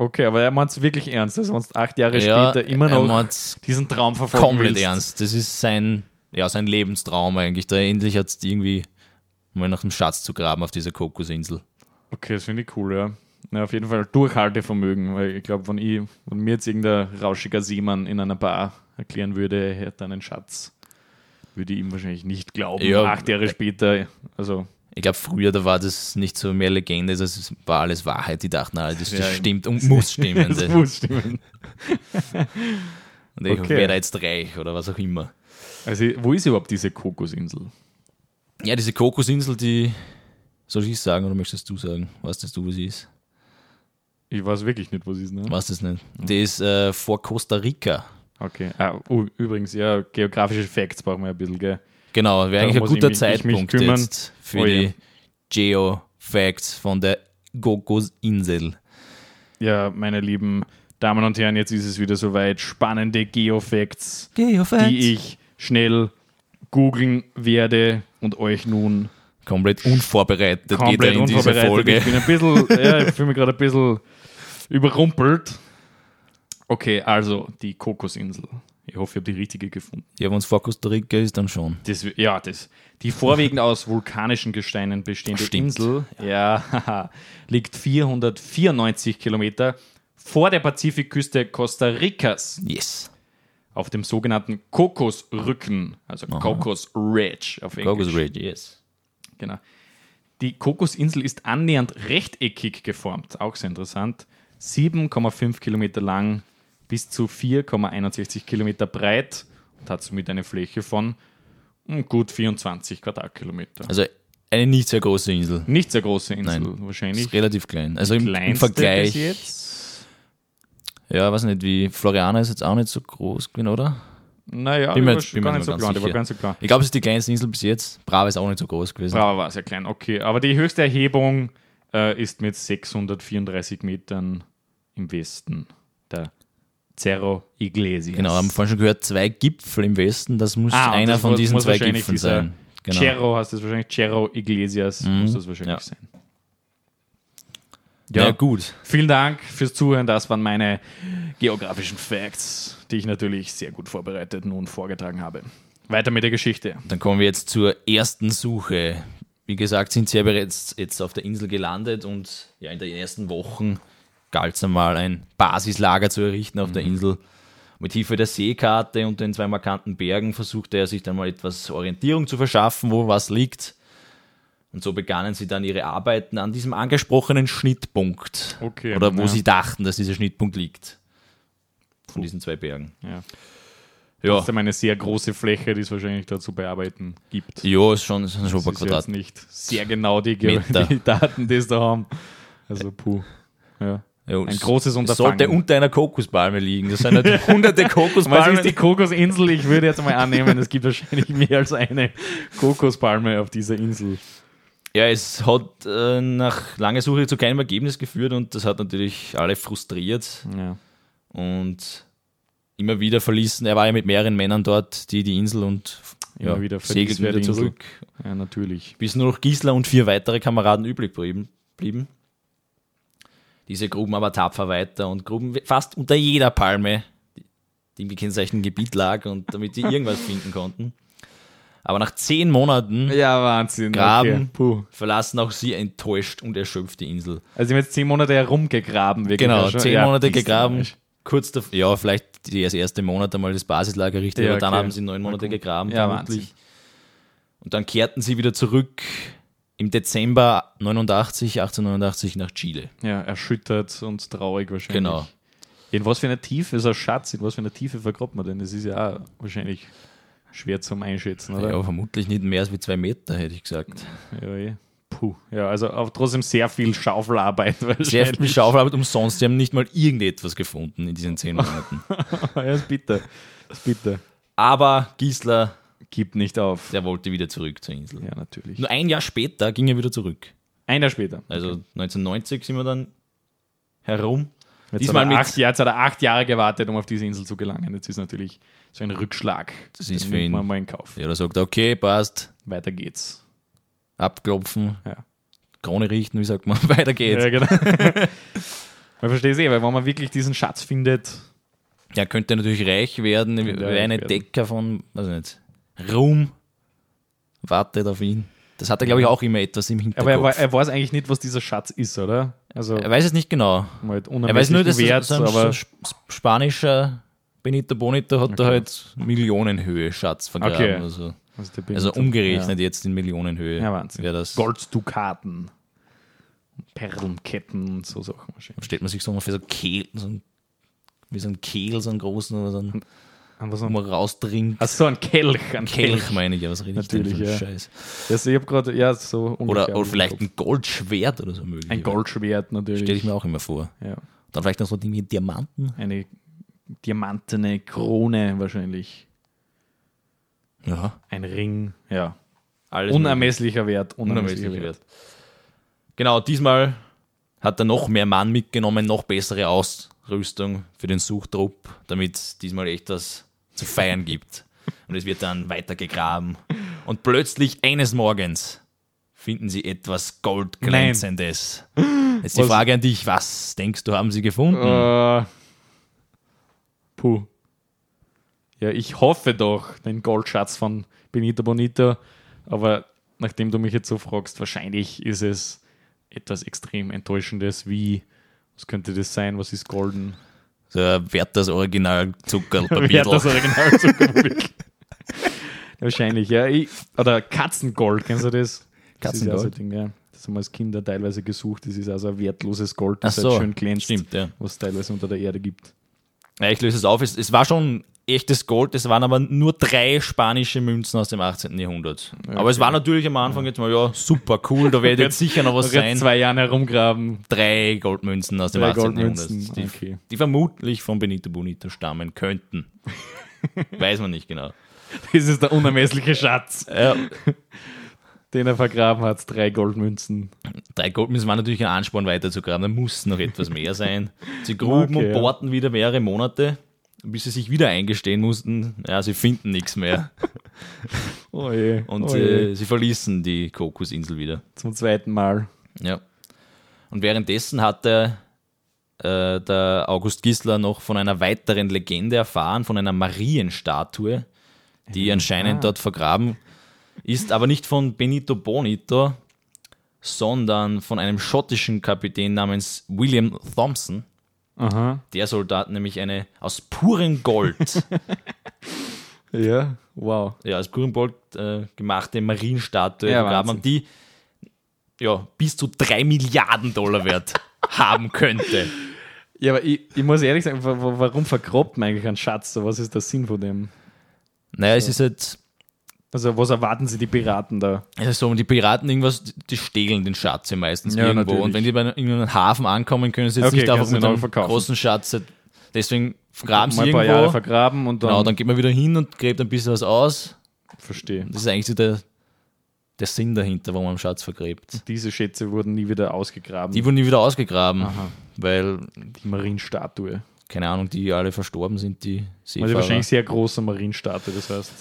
Speaker 2: Okay, aber er meint es wirklich ernst, dass sonst acht Jahre
Speaker 1: Ja,
Speaker 2: später immer
Speaker 1: er
Speaker 2: noch
Speaker 1: meint's
Speaker 2: diesen Traum verfolgen
Speaker 1: komplett
Speaker 2: willst.
Speaker 1: ernst. Das ist sein, ja, sein Lebenstraum eigentlich. Da endlich hat es irgendwie mal nach dem Schatz zu graben auf dieser Kokusinsel.
Speaker 2: Okay, das finde ich cool, ja. Na, auf jeden Fall Durchhaltevermögen, weil ich glaube, wenn, ich- wenn mir jetzt irgendein rauschiger Seemann in einer Bar erklären würde, er hätte einen Schatz, würde ich ihm wahrscheinlich nicht glauben.
Speaker 1: Ja.
Speaker 2: acht Jahre später, also
Speaker 1: Ich glaube, früher, da war das nicht so mehr Legende, das war alles Wahrheit. Die dachten, alle, das, das
Speaker 2: Ja,
Speaker 1: stimmt und muss stimmen.
Speaker 2: das muss stimmen.
Speaker 1: und ich
Speaker 2: okay.
Speaker 1: werde jetzt reich oder was auch immer.
Speaker 2: Also, wo ist überhaupt diese Kokosinsel?
Speaker 1: Ja, diese Kokusinsel, die. Soll ich es sagen oder möchtest du sagen? Weißt du, was sie ist?
Speaker 2: Ich weiß wirklich nicht, wo sie ist, ne?
Speaker 1: Weiß das nicht. Die ist äh, vor Costa Rica.
Speaker 2: Okay. Ah, u- übrigens, ja, geografische Facts brauchen wir ein bisschen, gell?
Speaker 1: Genau, wäre eigentlich
Speaker 2: Darum
Speaker 1: ein
Speaker 2: muss ich
Speaker 1: guter
Speaker 2: mich- ich mich
Speaker 1: Zeitpunkt
Speaker 2: kümmern.
Speaker 1: jetzt für
Speaker 2: Oh je.
Speaker 1: die Geo-Facts von der Gogos-Insel.
Speaker 2: Ja, meine lieben Damen und Herren, jetzt ist es wieder soweit. Spannende Geofacts, die ich schnell googeln werde und euch nun
Speaker 1: Komplett unvorbereitet geht er
Speaker 2: komplett
Speaker 1: in diese
Speaker 2: unvorbereitet. Ich
Speaker 1: Folge.
Speaker 2: bin ein bisschen, ja, ich fühle mich gerade ein bisschen überrumpelt. Okay, also die Kokosinsel. Ich hoffe, ich habe die richtige gefunden.
Speaker 1: Ja, wenn es vor Costa Rica ist, dann schon.
Speaker 2: Das, ja, das. Die vorwiegend aus vulkanischen Gesteinen bestehende
Speaker 1: Stimmt.
Speaker 2: Insel ja. haha, liegt 494 Kilometer vor der Pazifikküste Costa Ricas
Speaker 1: Yes.
Speaker 2: auf dem sogenannten Kokosrücken, also Cocos Ridge auf Englisch.
Speaker 1: Gogos Ridge, yes.
Speaker 2: Genau. Die Kokosinsel ist annähernd rechteckig geformt, auch sehr interessant. 7,5 Kilometer lang, bis zu 4,61 Kilometer breit und hat somit eine Fläche von hm, gut 24 Quadratkilometer.
Speaker 1: Also eine nicht sehr große Insel.
Speaker 2: Nicht sehr große Insel,
Speaker 1: Nein.
Speaker 2: wahrscheinlich.
Speaker 1: Ist relativ klein. Also im, im
Speaker 2: Kleinste bis
Speaker 1: Vergleich.
Speaker 2: jetzt.
Speaker 1: Ja, weiß nicht, wie Floriana ist jetzt auch nicht so groß gewesen, oder?
Speaker 2: Naja,
Speaker 1: Bin
Speaker 2: die
Speaker 1: mir
Speaker 2: war
Speaker 1: jetzt- bin
Speaker 2: gar
Speaker 1: mir
Speaker 2: nicht so
Speaker 1: nicht
Speaker 2: klein, die war
Speaker 1: ganz
Speaker 2: ganz so klein.
Speaker 1: Ich glaube, es ist die kleinste Insel bis jetzt. Brava ist auch nicht so groß gewesen.
Speaker 2: Brava war sehr klein, okay. Aber die höchste Erhebung äh, ist mit 634 Metern im Westen der Cerro Iglesias.
Speaker 1: Genau, haben wir vorhin schon gehört, zwei Gipfel im Westen, das muss
Speaker 2: Ah, und
Speaker 1: einer
Speaker 2: das
Speaker 1: von
Speaker 2: muss-
Speaker 1: diesen
Speaker 2: muss
Speaker 1: zwei
Speaker 2: wahrscheinlich
Speaker 1: Gipfeln
Speaker 2: dieser
Speaker 1: sein. Genau. Mhm.
Speaker 2: Cerro heißt das wahrscheinlich, Cerro Iglesias muss das wahrscheinlich
Speaker 1: ja.
Speaker 2: sein.
Speaker 1: Ja.
Speaker 2: Ja.
Speaker 1: gut.
Speaker 2: Vielen Dank fürs Zuhören. Das waren meine geografischen Facts, die ich natürlich sehr gut vorbereitet nun vorgetragen habe. Weiter mit der Geschichte.
Speaker 1: Dann kommen wir jetzt zur ersten Suche. Wie gesagt, sind sie ja bereits jetzt auf der Insel gelandet und ja, in den ersten Wochen galt es einmal, ein Basislager zu errichten auf der
Speaker 2: Mhm.
Speaker 1: Insel. Mit Hilfe der Seekarte und den zwei markanten Bergen versuchte er sich dann mal etwas Orientierung zu verschaffen, wo was liegt. Und so begannen sie dann ihre Arbeiten an diesem angesprochenen Schnittpunkt.
Speaker 2: Okay,
Speaker 1: oder wo
Speaker 2: ja.
Speaker 1: sie dachten, dass dieser Schnittpunkt liegt. Von diesen zwei Bergen.
Speaker 2: Ja.
Speaker 1: Ja,
Speaker 2: Das ist eine sehr große Fläche, die es wahrscheinlich dazu bearbeiten gibt.
Speaker 1: ja ist schon, ist schon ein paar
Speaker 2: Das ist
Speaker 1: Quadrat.
Speaker 2: jetzt nicht sehr genau die, Ge
Speaker 1: Meter.
Speaker 2: die Daten, die sie da haben. Also puh. Ja.
Speaker 1: Ja,
Speaker 2: Ein
Speaker 1: es-
Speaker 2: großes
Speaker 1: es
Speaker 2: Unterfangen.
Speaker 1: sollte unter einer Kokospalme liegen. Das sind nicht hunderte
Speaker 2: Was ist die
Speaker 1: Kokospalmen.
Speaker 2: Kokosinsel? Ich würde jetzt mal annehmen, es gibt wahrscheinlich mehr als eine Kokospalme auf dieser Insel.
Speaker 1: Ja, es hat äh, nach langer Suche zu keinem Ergebnis geführt und das hat natürlich alle frustriert
Speaker 2: Ja.
Speaker 1: und immer wieder verließen. Er war ja mit mehreren Männern dort, die die Insel und
Speaker 2: Immer
Speaker 1: ja,
Speaker 2: wieder verließ
Speaker 1: segelten
Speaker 2: wer
Speaker 1: wieder
Speaker 2: die Insel.
Speaker 1: zurück.
Speaker 2: Ja, natürlich.
Speaker 1: Bis nur noch Gisler und vier weitere Kameraden übrig blieben. blieben. Diese gruben aber tapfer weiter und gruben fast unter jeder Palme, die im gekennzeichneten Gebiet lag und damit die irgendwas finden konnten. Aber nach zehn Monaten
Speaker 2: Ja, Wahnsinn.
Speaker 1: Graben.
Speaker 2: Okay. Puh.
Speaker 1: verlassen auch sie enttäuscht und erschöpft die Insel.
Speaker 2: Also, sie haben jetzt zehn Monate herumgegraben. wirklich.
Speaker 1: Genau,
Speaker 2: Ja, schon-
Speaker 1: zehn
Speaker 2: ja,
Speaker 1: Monate
Speaker 2: dies-
Speaker 1: gegraben. Kurz davor, ja, vielleicht die- das erste Monat einmal das Basislager errichtet,
Speaker 2: Ja,
Speaker 1: aber dann
Speaker 2: okay.
Speaker 1: haben sie neun Monate gegraben.
Speaker 2: Ja,
Speaker 1: vermutlich.
Speaker 2: Wahnsinn.
Speaker 1: Und dann kehrten sie wieder zurück im Dezember 89, 1889 nach Chile.
Speaker 2: Ja, erschüttert und traurig wahrscheinlich.
Speaker 1: Genau.
Speaker 2: In was für einer Tiefe ist ein Schatz? In was für einer Tiefe vergrabt man denn? Das ist ja auch wahrscheinlich schwer zum Einschätzen, oder?
Speaker 1: Ja, vermutlich nicht mehr als wie zwei Meter, hätte ich gesagt.
Speaker 2: Ja, eh. Puh. Ja, also auch trotzdem sehr viel Schaufelarbeit.
Speaker 1: Sehr
Speaker 2: wahrscheinlich.
Speaker 1: viel Schaufelarbeit umsonst. Sie haben nicht mal irgendetwas gefunden in diesen zehn Monaten.
Speaker 2: ja, ist bitter. Ist bitter.
Speaker 1: Aber Gisler,
Speaker 2: Gib nicht auf.
Speaker 1: der wollte wieder zurück zur Insel.
Speaker 2: Ja, natürlich.
Speaker 1: Nur ein Jahr später ging er wieder zurück.
Speaker 2: Ein Jahr später.
Speaker 1: Also 1990 sind wir dann herum.
Speaker 2: Jetzt
Speaker 1: diesmal
Speaker 2: hat er
Speaker 1: mit-
Speaker 2: acht, Jahre- jetzt hat er acht Jahre gewartet, um auf diese Insel zu gelangen. Jetzt ist natürlich so ein Rückschlag.
Speaker 1: Das ist
Speaker 2: Den
Speaker 1: für
Speaker 2: nimmt
Speaker 1: ihn-
Speaker 2: Man mal in Kauf.
Speaker 1: Ja, da sagt er, okay, passt,
Speaker 2: Weiter geht's.
Speaker 1: abklopfen,
Speaker 2: Ja.
Speaker 1: Krone richten, wie sagt man, weiter geht's.
Speaker 2: Ja, genau. man versteht es eh, weil wenn man wirklich diesen Schatz findet,
Speaker 1: Er könnte natürlich reich werden,
Speaker 2: Könnte
Speaker 1: wäre
Speaker 2: reich
Speaker 1: eine
Speaker 2: werden.
Speaker 1: Decker von, weiß nicht, Ruhm, wartet auf ihn. Das hat er, glaube ich, auch immer etwas im Hinterkopf.
Speaker 2: aber er, wei- er weiß eigentlich nicht, was dieser Schatz ist, oder? Also,
Speaker 1: er weiß es nicht genau.
Speaker 2: halt
Speaker 1: Er weiß nur, dass
Speaker 2: Wert,
Speaker 1: so ein
Speaker 2: aber
Speaker 1: so ein sp- spanischer Benito Bonito hat da halt Millionenhöhe Schatz vergraben.
Speaker 2: Okay.
Speaker 1: Also,
Speaker 2: Also der
Speaker 1: also
Speaker 2: Benito-
Speaker 1: umgerechnet jetzt in Millionenhöhe.
Speaker 2: Ja, ja Wahnsinn.
Speaker 1: Wäre das.
Speaker 2: Golddukaten, Perlenketten und so Sachen wahrscheinlich.
Speaker 1: Stellt man sich so ungefähr so Kehl, so ein, wie so ein Kehl, so einen großen oder so einen
Speaker 2: Und was
Speaker 1: wo man rausdringt.
Speaker 2: Achso, ein Kelch, ein Kelch.
Speaker 1: Kelch meine ich, ja, was rede ich
Speaker 2: Natürlich,
Speaker 1: denn für
Speaker 2: ja.
Speaker 1: einen Scheiß?
Speaker 2: Also ich habe gerade, ja, so
Speaker 1: Oder,
Speaker 2: ungefähr
Speaker 1: oder
Speaker 2: im
Speaker 1: vielleicht
Speaker 2: Kopf.
Speaker 1: ein Goldschwert oder so möglich.
Speaker 2: ein Goldschwert natürlich.
Speaker 1: Stelle ich mir auch immer vor.
Speaker 2: ja.
Speaker 1: Dann vielleicht noch so Dinge wie Diamanten.
Speaker 2: Eine diamantene Krone wahrscheinlich.
Speaker 1: Ja,
Speaker 2: Ein Ring, ja.
Speaker 1: alles
Speaker 2: Unermesslicher Wert,
Speaker 1: unermesslich
Speaker 2: unermesslicher Wert.
Speaker 1: wert. Genau, diesmal hat er noch mehr Mann mitgenommen, noch bessere Ausrüstung für den Suchtrupp, damit es diesmal echt was zu feiern gibt. Und es wird dann weiter gegraben. Und plötzlich eines Morgens finden sie etwas Goldglänzendes. Jetzt die
Speaker 2: Was?
Speaker 1: Frage an dich, was denkst du, haben sie gefunden? Hm.
Speaker 2: Äh, puh. Ja, ich hoffe doch, den Goldschatz von Benito Bonito. Aber nachdem du mich jetzt so fragst, wahrscheinlich ist es etwas extrem Enttäuschendes wie, was könnte das sein, was ist golden?
Speaker 1: So, wert das Original
Speaker 2: Wer hat das
Speaker 1: Zuckerpapier.
Speaker 2: Original zugefügt? Wahrscheinlich, ja. Ich, oder Katzengold, kennst du das? Das ist ja auch so ein
Speaker 1: Katzengold?
Speaker 2: Ding, ja. Das haben wir als Kinder teilweise gesucht. Das ist also ein wertloses Gold,
Speaker 1: Ach
Speaker 2: das halt
Speaker 1: so,
Speaker 2: schön glänzt,
Speaker 1: stimmt, ja.
Speaker 2: was es teilweise unter der Erde gibt.
Speaker 1: Ja, ich löse es auf. Es, es war schon echtes Gold, es waren aber nur drei spanische Münzen aus dem 18. Jahrhundert. Aber es war natürlich am Anfang jetzt mal, ja, super cool, da wird jetzt sicher noch was
Speaker 2: Seit
Speaker 1: sein.
Speaker 2: zwei Jahren herumgraben.
Speaker 1: Drei Goldmünzen aus dem
Speaker 2: Drei
Speaker 1: 18.
Speaker 2: Goldmünzen,
Speaker 1: Jahrhundert, die,
Speaker 2: okay.
Speaker 1: die vermutlich von Benito Bonito stammen könnten. Weiß man nicht genau.
Speaker 2: Das ist der unermessliche Schatz,
Speaker 1: Ja,
Speaker 2: den er vergraben hat. Drei Goldmünzen.
Speaker 1: drei Goldmünzen waren natürlich ein Ansporn weiterzugraben, da muss noch etwas mehr sein. Sie gruben
Speaker 2: Okay,
Speaker 1: und
Speaker 2: ja.
Speaker 1: bohrten wieder mehrere Monate, bis sie sich wieder eingestehen mussten, ja, sie finden nichts mehr.
Speaker 2: Oh je.
Speaker 1: Und
Speaker 2: oh je.
Speaker 1: äh, sie verließen die Kokusinsel wieder.
Speaker 2: Zum zweiten Mal.
Speaker 1: Ja. Und währenddessen hatte äh, der August Gisler noch von einer weiteren Legende erfahren, von einer Marienstatue,
Speaker 2: Mhm.
Speaker 1: die
Speaker 2: Ah.
Speaker 1: anscheinend dort vergraben ist, aber nicht von Benito Bonito, sondern von einem schottischen Kapitän namens William Thompson.
Speaker 2: Aha.
Speaker 1: Der Soldat nämlich eine aus purem Gold,
Speaker 2: Ja, wow.
Speaker 1: ja, aus purem Gold äh, gemachte Marienstatue
Speaker 2: Ja,
Speaker 1: vergraben,
Speaker 2: Wahnsinn.
Speaker 1: haben, die ja, bis zu drei Milliarden Dollar wert haben könnte.
Speaker 2: Ja, aber ich, ich muss ehrlich sagen, wa- wa- warum vergrabt man eigentlich einen Schatz? So, was ist der Sinn von dem?
Speaker 1: Naja, es ist jetzt
Speaker 2: Also, was erwarten Sie die Piraten da?
Speaker 1: es ist so, wenn die Piraten irgendwas, die stehlen den Schatz ja meistens
Speaker 2: Ja,
Speaker 1: irgendwo.
Speaker 2: natürlich.
Speaker 1: Und wenn die bei irgendeinem Hafen ankommen, können sie jetzt
Speaker 2: Okay,
Speaker 1: nicht einfach
Speaker 2: kannst du
Speaker 1: mit
Speaker 2: den
Speaker 1: einem
Speaker 2: auch verkaufen.
Speaker 1: großen Schatz. halt, Deswegen graben sie
Speaker 2: Mal ein paar Jahre
Speaker 1: irgendwo.
Speaker 2: vergraben und dann.
Speaker 1: Genau, dann geht man wieder hin und gräbt ein bisschen was aus.
Speaker 2: Verstehe.
Speaker 1: Das ist eigentlich so der, der Sinn dahinter, warum man einen Schatz vergräbt.
Speaker 2: Diese Schätze wurden nie wieder ausgegraben.
Speaker 1: Die wurden nie wieder ausgegraben, weil,
Speaker 2: die Marienstatue.
Speaker 1: keine Ahnung, die alle verstorben sind, die Seefahrer.
Speaker 2: Also wahrscheinlich sehr große Marienstatue, das heißt.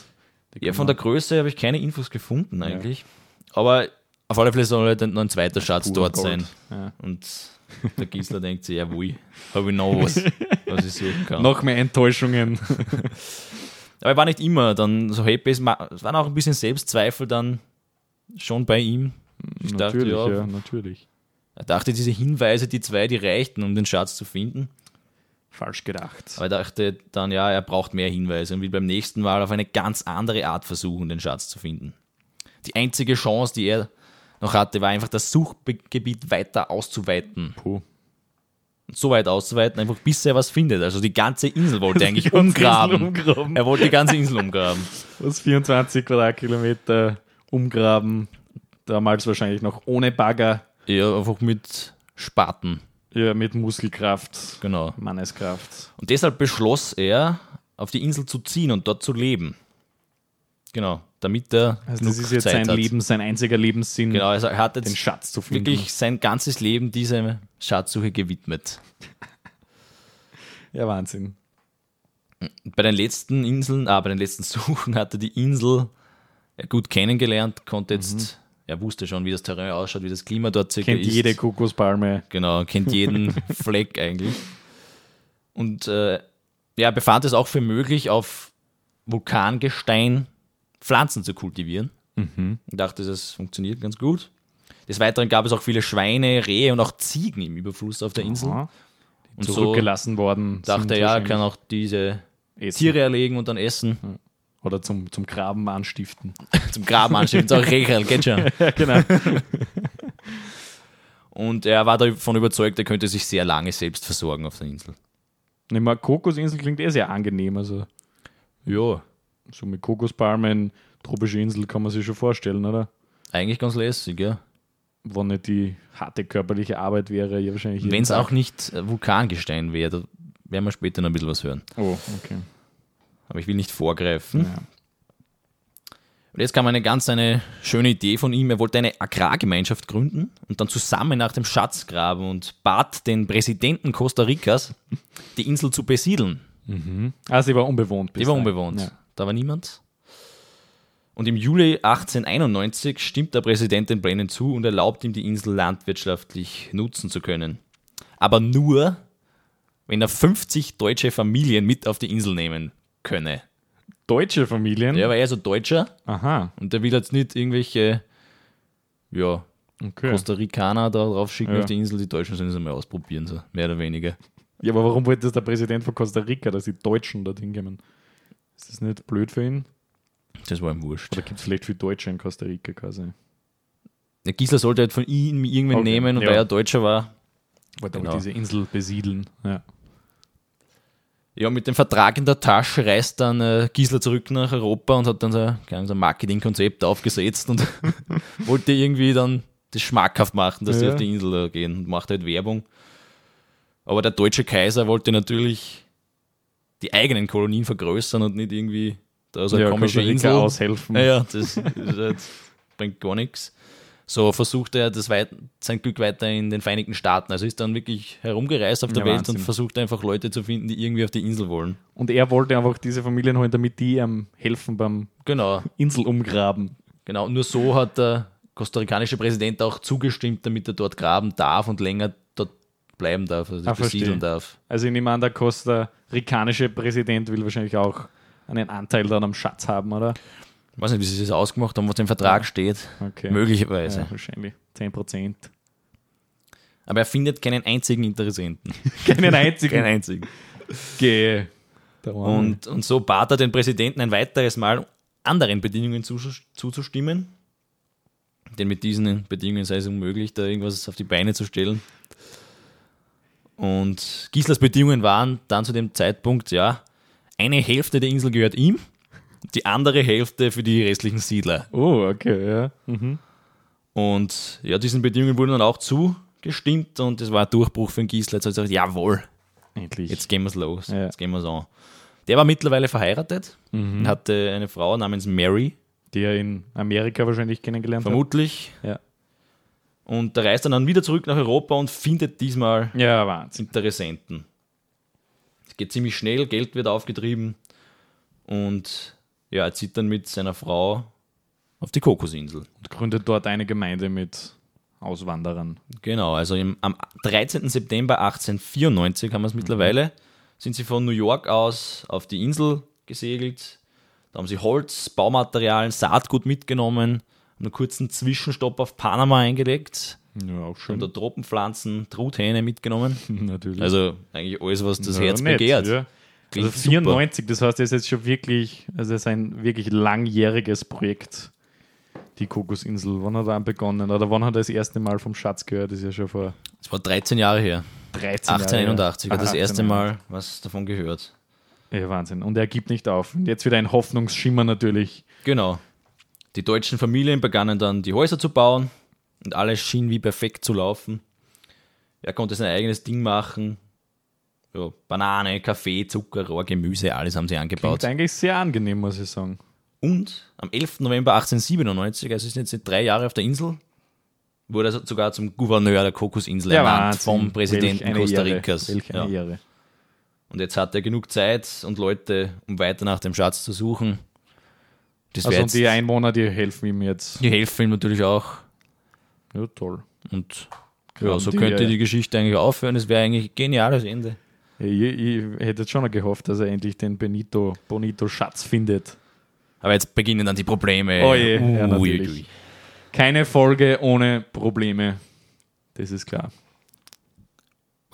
Speaker 2: die
Speaker 1: Ja,
Speaker 2: kann
Speaker 1: von
Speaker 2: man-
Speaker 1: der Größe habe ich keine Infos gefunden eigentlich. Aber auf alle Fälle soll halt noch ein zweiter Schatz dort
Speaker 2: Gold.
Speaker 1: sein.
Speaker 2: Ja.
Speaker 1: Und der Gisler denkt sich, ja wui, habe ich noch was, was ich suchen kann.
Speaker 2: Noch mehr Enttäuschungen.
Speaker 1: Aber er war nicht immer dann so happy. Es ma- es waren auch ein bisschen Selbstzweifel dann schon bei ihm. Ich dachte,
Speaker 2: natürlich,
Speaker 1: ja,
Speaker 2: ja, natürlich.
Speaker 1: Er dachte, diese Hinweise, die zwei, die reichten, um den Schatz zu finden.
Speaker 2: Falsch gedacht.
Speaker 1: Aber er dachte dann, ja, er braucht mehr Hinweise und will beim nächsten Mal auf eine ganz andere Art versuchen, den Schatz zu finden. Die einzige Chance, die er noch hatte, war einfach das Suchgebiet weiter auszuweiten.
Speaker 2: Puh.
Speaker 1: Und so weit auszuweiten, einfach bis er was findet. Also die ganze Insel wollte er eigentlich
Speaker 2: Die ganze
Speaker 1: umgraben.
Speaker 2: Insel umgraben.
Speaker 1: Er wollte die ganze Insel umgraben.
Speaker 2: Was 24 Quadratkilometer umgraben. Damals wahrscheinlich noch ohne Bagger.
Speaker 1: Ja, einfach mit Spaten.
Speaker 2: Ja, mit Muskelkraft,
Speaker 1: Genau.
Speaker 2: Manneskraft.
Speaker 1: Und deshalb beschloss er, auf die Insel zu ziehen und dort zu leben. Genau, damit er.
Speaker 2: Also
Speaker 1: genug
Speaker 2: das ist jetzt
Speaker 1: Zeit
Speaker 2: sein
Speaker 1: hat.
Speaker 2: Leben, sein einziger Lebenssinn,
Speaker 1: Genau, also er hat jetzt
Speaker 2: den Schatz zu finden.
Speaker 1: wirklich sein ganzes Leben dieser Schatzsuche gewidmet.
Speaker 2: Ja, Wahnsinn.
Speaker 1: Und bei den letzten Inseln, ah, bei den letzten Suchen hat er die Insel gut kennengelernt, konnte jetzt, er wusste schon, wie das Terrain ausschaut, wie das Klima dort circa
Speaker 2: Mhm. Kennt
Speaker 1: ist.
Speaker 2: jede Kokospalme.
Speaker 1: Genau, kennt jeden Fleck eigentlich. Und äh, ja, befand es auch für möglich, auf Vulkangestein Pflanzen zu kultivieren.
Speaker 2: Mhm.
Speaker 1: Ich dachte, das funktioniert ganz gut. Des Weiteren gab es auch viele Schweine, Rehe und auch Ziegen im Überfluss auf der Insel.
Speaker 2: Aha.
Speaker 1: und so
Speaker 2: Zurückgelassen worden.
Speaker 1: dachte
Speaker 2: sind
Speaker 1: er, ja, er
Speaker 2: wahrscheinlich Hm.
Speaker 1: kann auch diese
Speaker 2: Essen.
Speaker 1: Tiere erlegen und dann essen.
Speaker 2: Oder zum, zum Graben anstiften.
Speaker 1: Zum Graben anschieben. So, Recherl, geht schon.
Speaker 2: ja, genau.
Speaker 1: Und er war davon überzeugt, er könnte sich sehr lange selbst versorgen auf der Insel.
Speaker 2: Ich meine, Kokosinsel klingt eh sehr angenehm. Also
Speaker 1: Ja.
Speaker 2: so mit Kokospalmen, tropische Insel kann man sich schon vorstellen, oder?
Speaker 1: Eigentlich ganz lässig, ja.
Speaker 2: Wenn nicht die harte körperliche Arbeit wäre, ja wahrscheinlich. jeden
Speaker 1: Wenn es
Speaker 2: Tag-
Speaker 1: auch nicht äh, Vulkangestein wäre, da werden wir später noch ein bisschen was hören.
Speaker 2: Oh, okay.
Speaker 1: Aber ich will nicht vorgreifen.
Speaker 2: Ja.
Speaker 1: Und jetzt kam eine ganz eine schöne Idee von ihm. Er wollte eine Agrargemeinschaft gründen und dann zusammen nach dem Schatz graben und bat den Präsidenten Costa Ricas, die Insel zu besiedeln.
Speaker 2: Ah, sie war unbewohnt.
Speaker 1: Die war unbewohnt.
Speaker 2: Ja.
Speaker 1: Da war niemand. Und im Juli 1891 stimmt der Präsident den Plänen zu und erlaubt ihm, die Insel landwirtschaftlich nutzen zu können. Aber nur, wenn er 50 deutsche Familien mit auf die Insel nehmen könne.
Speaker 2: Deutsche Familien?
Speaker 1: Er war eher so Deutscher
Speaker 2: Aha,
Speaker 1: und der will jetzt nicht irgendwelche ja,
Speaker 2: okay.
Speaker 1: Costa Ricaner da drauf schicken
Speaker 2: Ja.
Speaker 1: auf die Insel. Die Deutschen sollen es einmal ausprobieren, so mehr oder weniger.
Speaker 2: Ja, aber warum wollte das der Präsident von Costa Rica, dass die Deutschen dorthin kommen? Ist das nicht blöd für ihn?
Speaker 1: Das war ihm wurscht.
Speaker 2: Oder gibt es vielleicht viele Deutsche in Costa Rica quasi?
Speaker 1: Der Gisler sollte halt von ihm irgendwen
Speaker 2: Okay,
Speaker 1: nehmen und
Speaker 2: ja.
Speaker 1: weil er Deutscher war,
Speaker 2: Wollte
Speaker 1: Genau.
Speaker 2: diese Insel besiedeln. Ja.
Speaker 1: Ja, mit dem Vertrag in der Tasche reist dann äh, Gisler zurück nach Europa und hat dann so, keine Ahnung, so ein Marketingkonzept aufgesetzt und wollte irgendwie dann das schmackhaft machen, dass die
Speaker 2: Ja.
Speaker 1: auf die Insel da gehen und macht halt Werbung. Aber der deutsche Kaiser wollte natürlich die eigenen Kolonien vergrößern und nicht irgendwie da so eine
Speaker 2: ja,
Speaker 1: komische
Speaker 2: Costa Rica
Speaker 1: Insel.
Speaker 2: aushelfen.
Speaker 1: Ja, ja, das ist halt, bringt gar nichts. So versucht er das weit, sein Glück weiter in den Vereinigten Staaten. Also ist dann wirklich herumgereist auf der
Speaker 2: Ja,
Speaker 1: Welt
Speaker 2: Wahnsinn.
Speaker 1: und versucht einfach Leute zu finden, die irgendwie auf die Insel wollen.
Speaker 2: Und er wollte einfach diese Familien holen, damit die ihm helfen beim
Speaker 1: Genau,
Speaker 2: Insel umgraben.
Speaker 1: genau. Und nur so hat der kostarikanische Präsident auch zugestimmt, damit er dort graben darf und länger dort bleiben darf, also
Speaker 2: Ah,
Speaker 1: sich besiedeln
Speaker 2: verstehe.
Speaker 1: darf.
Speaker 2: Also ich nehme an, der costa-rikanische Präsident will wahrscheinlich auch einen Anteil dann am Schatz haben, oder?
Speaker 1: Ich weiß nicht, wie sie das ausgemacht haben, was im Vertrag steht.
Speaker 2: Okay.
Speaker 1: Möglicherweise.
Speaker 2: Ja, wahrscheinlich. 10 Prozent.
Speaker 1: Aber er findet keinen einzigen Interessenten.
Speaker 2: Keinen einzigen.
Speaker 1: Keinen einzigen.
Speaker 2: Geh. Der Arme.
Speaker 1: Und, und so bat er den Präsidenten ein weiteres Mal, anderen Bedingungen zuzus- zuzustimmen. Denn mit diesen Bedingungen sei es unmöglich, da irgendwas auf die Beine zu stellen. Und Gislers Bedingungen waren dann zu dem Zeitpunkt, ja, eine Hälfte der Insel gehört ihm, die andere Hälfte für die restlichen Siedler.
Speaker 2: Oh, okay, ja. Mhm.
Speaker 1: Und ja, diesen Bedingungen wurden dann auch zugestimmt und das war ein Durchbruch für den Gisler. Jetzt hat er gesagt, jawohl,
Speaker 2: Endlich.
Speaker 1: jetzt gehen wir es los,
Speaker 2: Ja.
Speaker 1: jetzt gehen wir es an. Der war mittlerweile verheiratet
Speaker 2: Mhm.
Speaker 1: und hatte eine Frau namens Mary,
Speaker 2: Die er in Amerika wahrscheinlich kennengelernt hat.
Speaker 1: vermutlich.
Speaker 2: Ja.
Speaker 1: Und der reist dann, dann wieder zurück nach Europa und findet diesmal
Speaker 2: Ja, Wahnsinn.
Speaker 1: Interessenten. Es geht ziemlich schnell, Geld wird aufgetrieben und ja, er zieht dann mit seiner Frau auf die Kokosinsel.
Speaker 2: Und gründet dort eine Gemeinde mit Auswanderern.
Speaker 1: Genau, also im, am 13. September 1894 haben wir es
Speaker 2: Mhm.
Speaker 1: mittlerweile, sind sie von New York aus auf die Insel gesegelt. Da haben sie Holz, Baumaterialien, Saatgut mitgenommen, haben einen kurzen Zwischenstopp auf Panama eingelegt,
Speaker 2: Ja, auch
Speaker 1: haben
Speaker 2: schön.
Speaker 1: da Tropenpflanzen, Truthähne mitgenommen.
Speaker 2: Natürlich.
Speaker 1: Also eigentlich alles, was das
Speaker 2: Mhm. Ja,
Speaker 1: Herz
Speaker 2: nett,
Speaker 1: begehrt.
Speaker 2: Ja.
Speaker 1: Klingt
Speaker 2: Also
Speaker 1: super.
Speaker 2: 94, das heißt, das ist jetzt schon wirklich, also das ist ein wirklich langjähriges Projekt, die Kokosinsel. Wann hat er begonnen? Oder wann hat er das erste Mal vom Schatz gehört? Das ist ja schon vor
Speaker 1: Das war 13 Jahre her.
Speaker 2: 13 Jahren.
Speaker 1: 1881 war das erste
Speaker 2: 1881.
Speaker 1: Mal was davon gehört.
Speaker 2: Ja, Wahnsinn. Und er gibt nicht auf. Und jetzt wieder ein Hoffnungsschimmer natürlich.
Speaker 1: Genau. Die deutschen Familien begannen dann, die Häuser zu bauen und alles schien wie perfekt zu laufen. Er konnte sein eigenes Ding machen. Ja, Banane, Kaffee, Zucker, Rohr, Gemüse, alles haben sie
Speaker 2: Klingt
Speaker 1: angebaut.
Speaker 2: eigentlich sehr angenehm, muss ich sagen.
Speaker 1: Und am 11. November 1897, also sind jetzt drei Jahre auf der Insel, wurde er sogar zum Gouverneur der Kokosinsel ernannt
Speaker 2: Wahnsinn.
Speaker 1: vom Präsidenten
Speaker 2: Welch eine
Speaker 1: Costa
Speaker 2: Ehre.
Speaker 1: Ricas.
Speaker 2: Welch eine
Speaker 1: Ja.
Speaker 2: Ehre.
Speaker 1: Und jetzt hat er genug Zeit und Leute, um weiter nach dem Schatz zu suchen. Das wär
Speaker 2: Also und
Speaker 1: jetzt,
Speaker 2: die Einwohner, die helfen ihm jetzt.
Speaker 1: die helfen ihm natürlich auch.
Speaker 2: Ja, toll.
Speaker 1: Und ja,
Speaker 2: Graben
Speaker 1: so
Speaker 2: die,
Speaker 1: könnte
Speaker 2: ja.
Speaker 1: die Geschichte eigentlich aufhören. Es wäre eigentlich ein geniales Ende.
Speaker 2: Ich, ich hätte jetzt schon noch gehofft, dass er endlich den Benito, Bonito Schatz findet.
Speaker 1: Aber jetzt beginnen dann die Probleme. Uh,
Speaker 2: Oh je, ja,
Speaker 1: Ui, ui,
Speaker 2: natürlich.
Speaker 1: ui.
Speaker 2: Keine Folge ohne Probleme. Das ist klar.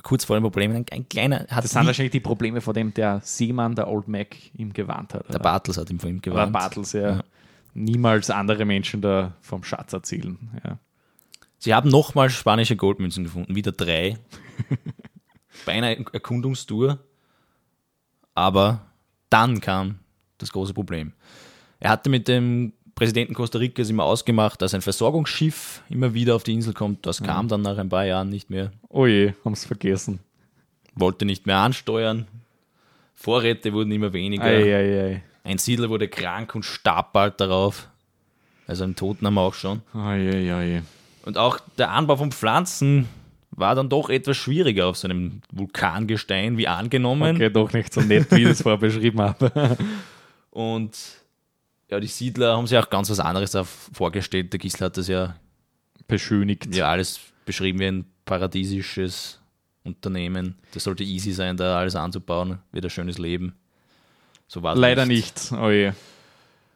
Speaker 1: Kurz vor den Problemen, ein, ein kleiner hat
Speaker 2: Das
Speaker 1: das
Speaker 2: sind wahrscheinlich die Probleme, vor dem der Seemann, der Old Mac, ihm gewarnt hat.
Speaker 1: der
Speaker 2: oder?
Speaker 1: Bartels hat ihm vor ihm
Speaker 2: Oder
Speaker 1: gewarnt.
Speaker 2: Bartels, ja. Niemals andere Menschen da vom Schatz erzählen. Ja.
Speaker 1: Sie haben nochmal spanische Goldmünzen gefunden, wieder drei. Bei einer Erkundungstour. Aber dann kam das große Problem. Er hatte mit dem Präsidenten Costa Ricas immer ausgemacht, dass ein Versorgungsschiff immer wieder auf die Insel kommt. Das
Speaker 2: Mhm.
Speaker 1: kam dann nach ein paar Jahren nicht mehr.
Speaker 2: Oh je, haben es vergessen.
Speaker 1: wollte nicht mehr ansteuern. Vorräte wurden immer weniger.
Speaker 2: Ei, ei, ei.
Speaker 1: Ein Siedler wurde krank und starb bald darauf. Also einen Toten haben wir auch schon.
Speaker 2: Ei, ei, ei.
Speaker 1: Und auch der Anbau von Pflanzen war dann doch etwas schwieriger auf so einem Vulkangestein wie angenommen.
Speaker 2: Okay, doch nicht so nett, wie ich das vorher beschrieben habe.
Speaker 1: Und ja, die Siedler haben sich auch ganz was anderes da vorgestellt. Der Gisler hat das ja,
Speaker 2: Beschönigt.
Speaker 1: ja alles beschrieben wie ein paradiesisches Unternehmen. Das sollte easy sein, da alles anzubauen, wieder schönes Leben. So war es
Speaker 2: Leider nicht. Oh je.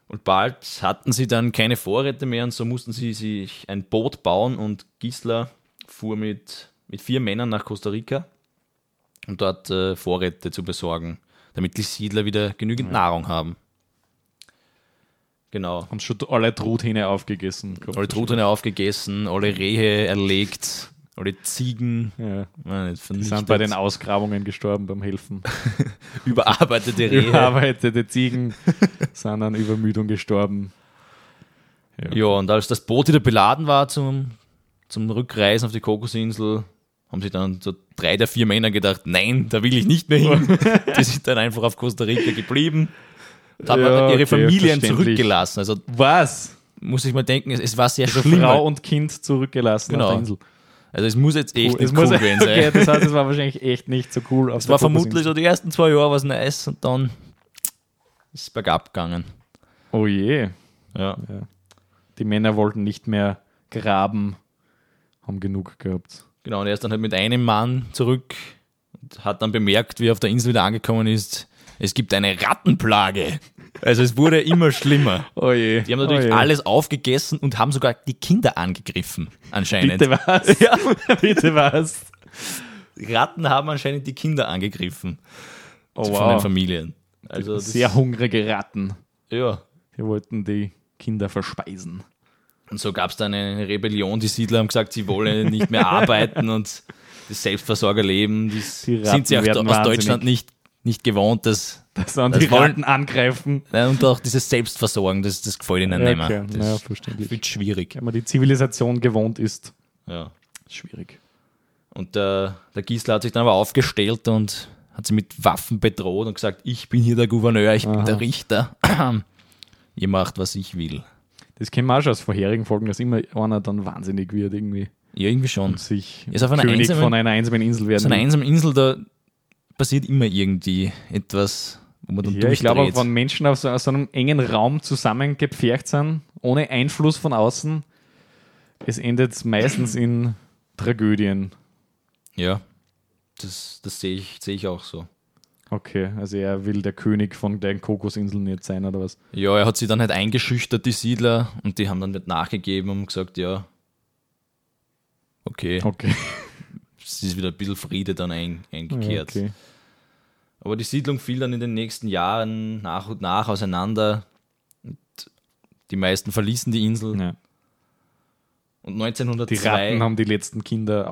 Speaker 1: Und bald hatten sie dann keine Vorräte mehr und so mussten sie sich ein Boot bauen und Gisler fuhr mit, mit vier Männern nach Costa Rica, um dort äh, Vorräte zu besorgen, damit die Siedler wieder
Speaker 2: Mhm.
Speaker 1: genügend Nahrung haben. Genau.
Speaker 2: Haben schon alle Truthähne aufgegessen.
Speaker 1: Alle Truthähne aufgegessen, alle Rehe erlegt, Oder die Ziegen.
Speaker 2: Ja.
Speaker 1: Nein, nicht
Speaker 2: Die
Speaker 1: vernichtet.
Speaker 2: sind bei den Ausgrabungen gestorben beim Helfen.
Speaker 1: Überarbeitete Rehe.
Speaker 2: Überarbeitete Ziegen sind an Übermüdung gestorben.
Speaker 1: Ja, und als das Boot wieder beladen war zum, zum Rückreisen auf die Kokosinsel, haben sich dann so drei der vier Männer gedacht, nein, da will ich nicht mehr hin. die sind dann einfach auf Costa Rica geblieben und haben
Speaker 2: Ja,
Speaker 1: ihre
Speaker 2: okay,
Speaker 1: Familien
Speaker 2: verständlich.
Speaker 1: zurückgelassen. Also
Speaker 2: Was?
Speaker 1: muss ich mal denken, es, es war sehr
Speaker 2: Also
Speaker 1: schlimm.
Speaker 2: Frau und Kind zurückgelassen
Speaker 1: Genau.
Speaker 2: auf der Insel.
Speaker 1: also es muss jetzt echt
Speaker 2: Es
Speaker 1: nicht cool
Speaker 2: muss-
Speaker 1: gewesen sein.
Speaker 2: okay, das heißt, es war wahrscheinlich echt nicht so cool. Auf
Speaker 1: Es
Speaker 2: der
Speaker 1: war vermutlich
Speaker 2: Kokosinsel.
Speaker 1: so die ersten zwei Jahre was nice und dann ist es bergab gegangen.
Speaker 2: Oh je.
Speaker 1: Ja.
Speaker 2: Die Männer wollten nicht mehr graben, haben genug gehabt.
Speaker 1: Genau, und er ist dann halt mit einem Mann zurück und hat dann bemerkt, wie er auf der Insel wieder angekommen ist, es gibt eine Rattenplage. Also es wurde immer schlimmer.
Speaker 2: Oh je.
Speaker 1: Die haben natürlich alles aufgegessen und haben sogar die Kinder angegriffen, anscheinend.
Speaker 2: Bitte was? Ja, bitte was?
Speaker 1: Ratten haben anscheinend die Kinder angegriffen
Speaker 2: Oh,
Speaker 1: von den
Speaker 2: wow.
Speaker 1: Familien. Also das,
Speaker 2: Sehr hungrige Ratten.
Speaker 1: ja.
Speaker 2: Die wollten die Kinder verspeisen.
Speaker 1: Und so gab es dann eine Rebellion. Die Siedler haben gesagt, sie wollen nicht mehr arbeiten und das Selbstversorgerleben, das
Speaker 2: Die Ratten
Speaker 1: sind sie auch da- aus
Speaker 2: werden
Speaker 1: Deutschland nicht, nicht gewohnt, dass
Speaker 2: Das sollen
Speaker 1: Das
Speaker 2: die
Speaker 1: wollen-
Speaker 2: Ratten angreifen.
Speaker 1: Nein, und auch dieses Selbstversorgen, das, das gefällt ihnen nicht mehr. Das
Speaker 2: Naja, verständlich.
Speaker 1: wird schwierig.
Speaker 2: Wenn man die Zivilisation gewohnt ist,
Speaker 1: Ja.
Speaker 2: ist schwierig.
Speaker 1: Und der, der Giesler hat sich dann aber aufgestellt und hat sie mit Waffen bedroht und gesagt, ich bin hier der Gouverneur, ich bin der Richter. Ihr macht, was ich will.
Speaker 2: Das kennen wir auch schon aus vorherigen Folgen, dass immer einer dann wahnsinnig wird irgendwie.
Speaker 1: Ja, irgendwie schon.
Speaker 2: Und sich
Speaker 1: Ist auf einer
Speaker 2: König
Speaker 1: einsamen-
Speaker 2: von einer einsamen Insel werden.
Speaker 1: So eine einsame Insel, da passiert immer irgendwie etwas, wo man dann
Speaker 2: ja,
Speaker 1: durchdreht.
Speaker 2: ich glaube, wenn Menschen auf so, aus so einem engen Raum zusammengepfercht sind, ohne Einfluss von außen, es endet meistens in Tragödien.
Speaker 1: ja, das, das sehe ich, sehe ich auch so.
Speaker 2: Okay, also er will der König von den Kokosinseln jetzt sein oder was?
Speaker 1: Ja, er hat sie dann halt eingeschüchtert, die Siedler, und die haben dann nicht nachgegeben und gesagt, ja, okay,
Speaker 2: Okay.
Speaker 1: es ist wieder ein bisschen Friede dann ein,
Speaker 2: Ja,
Speaker 1: eingekehrt.
Speaker 2: okay.
Speaker 1: Aber die Siedlung fiel dann in den nächsten Jahren nach und nach auseinander. Und die meisten verließen die Insel.
Speaker 2: Ja.
Speaker 1: Und
Speaker 2: Die
Speaker 1: 1902...
Speaker 2: Ratten haben die letzten Kinder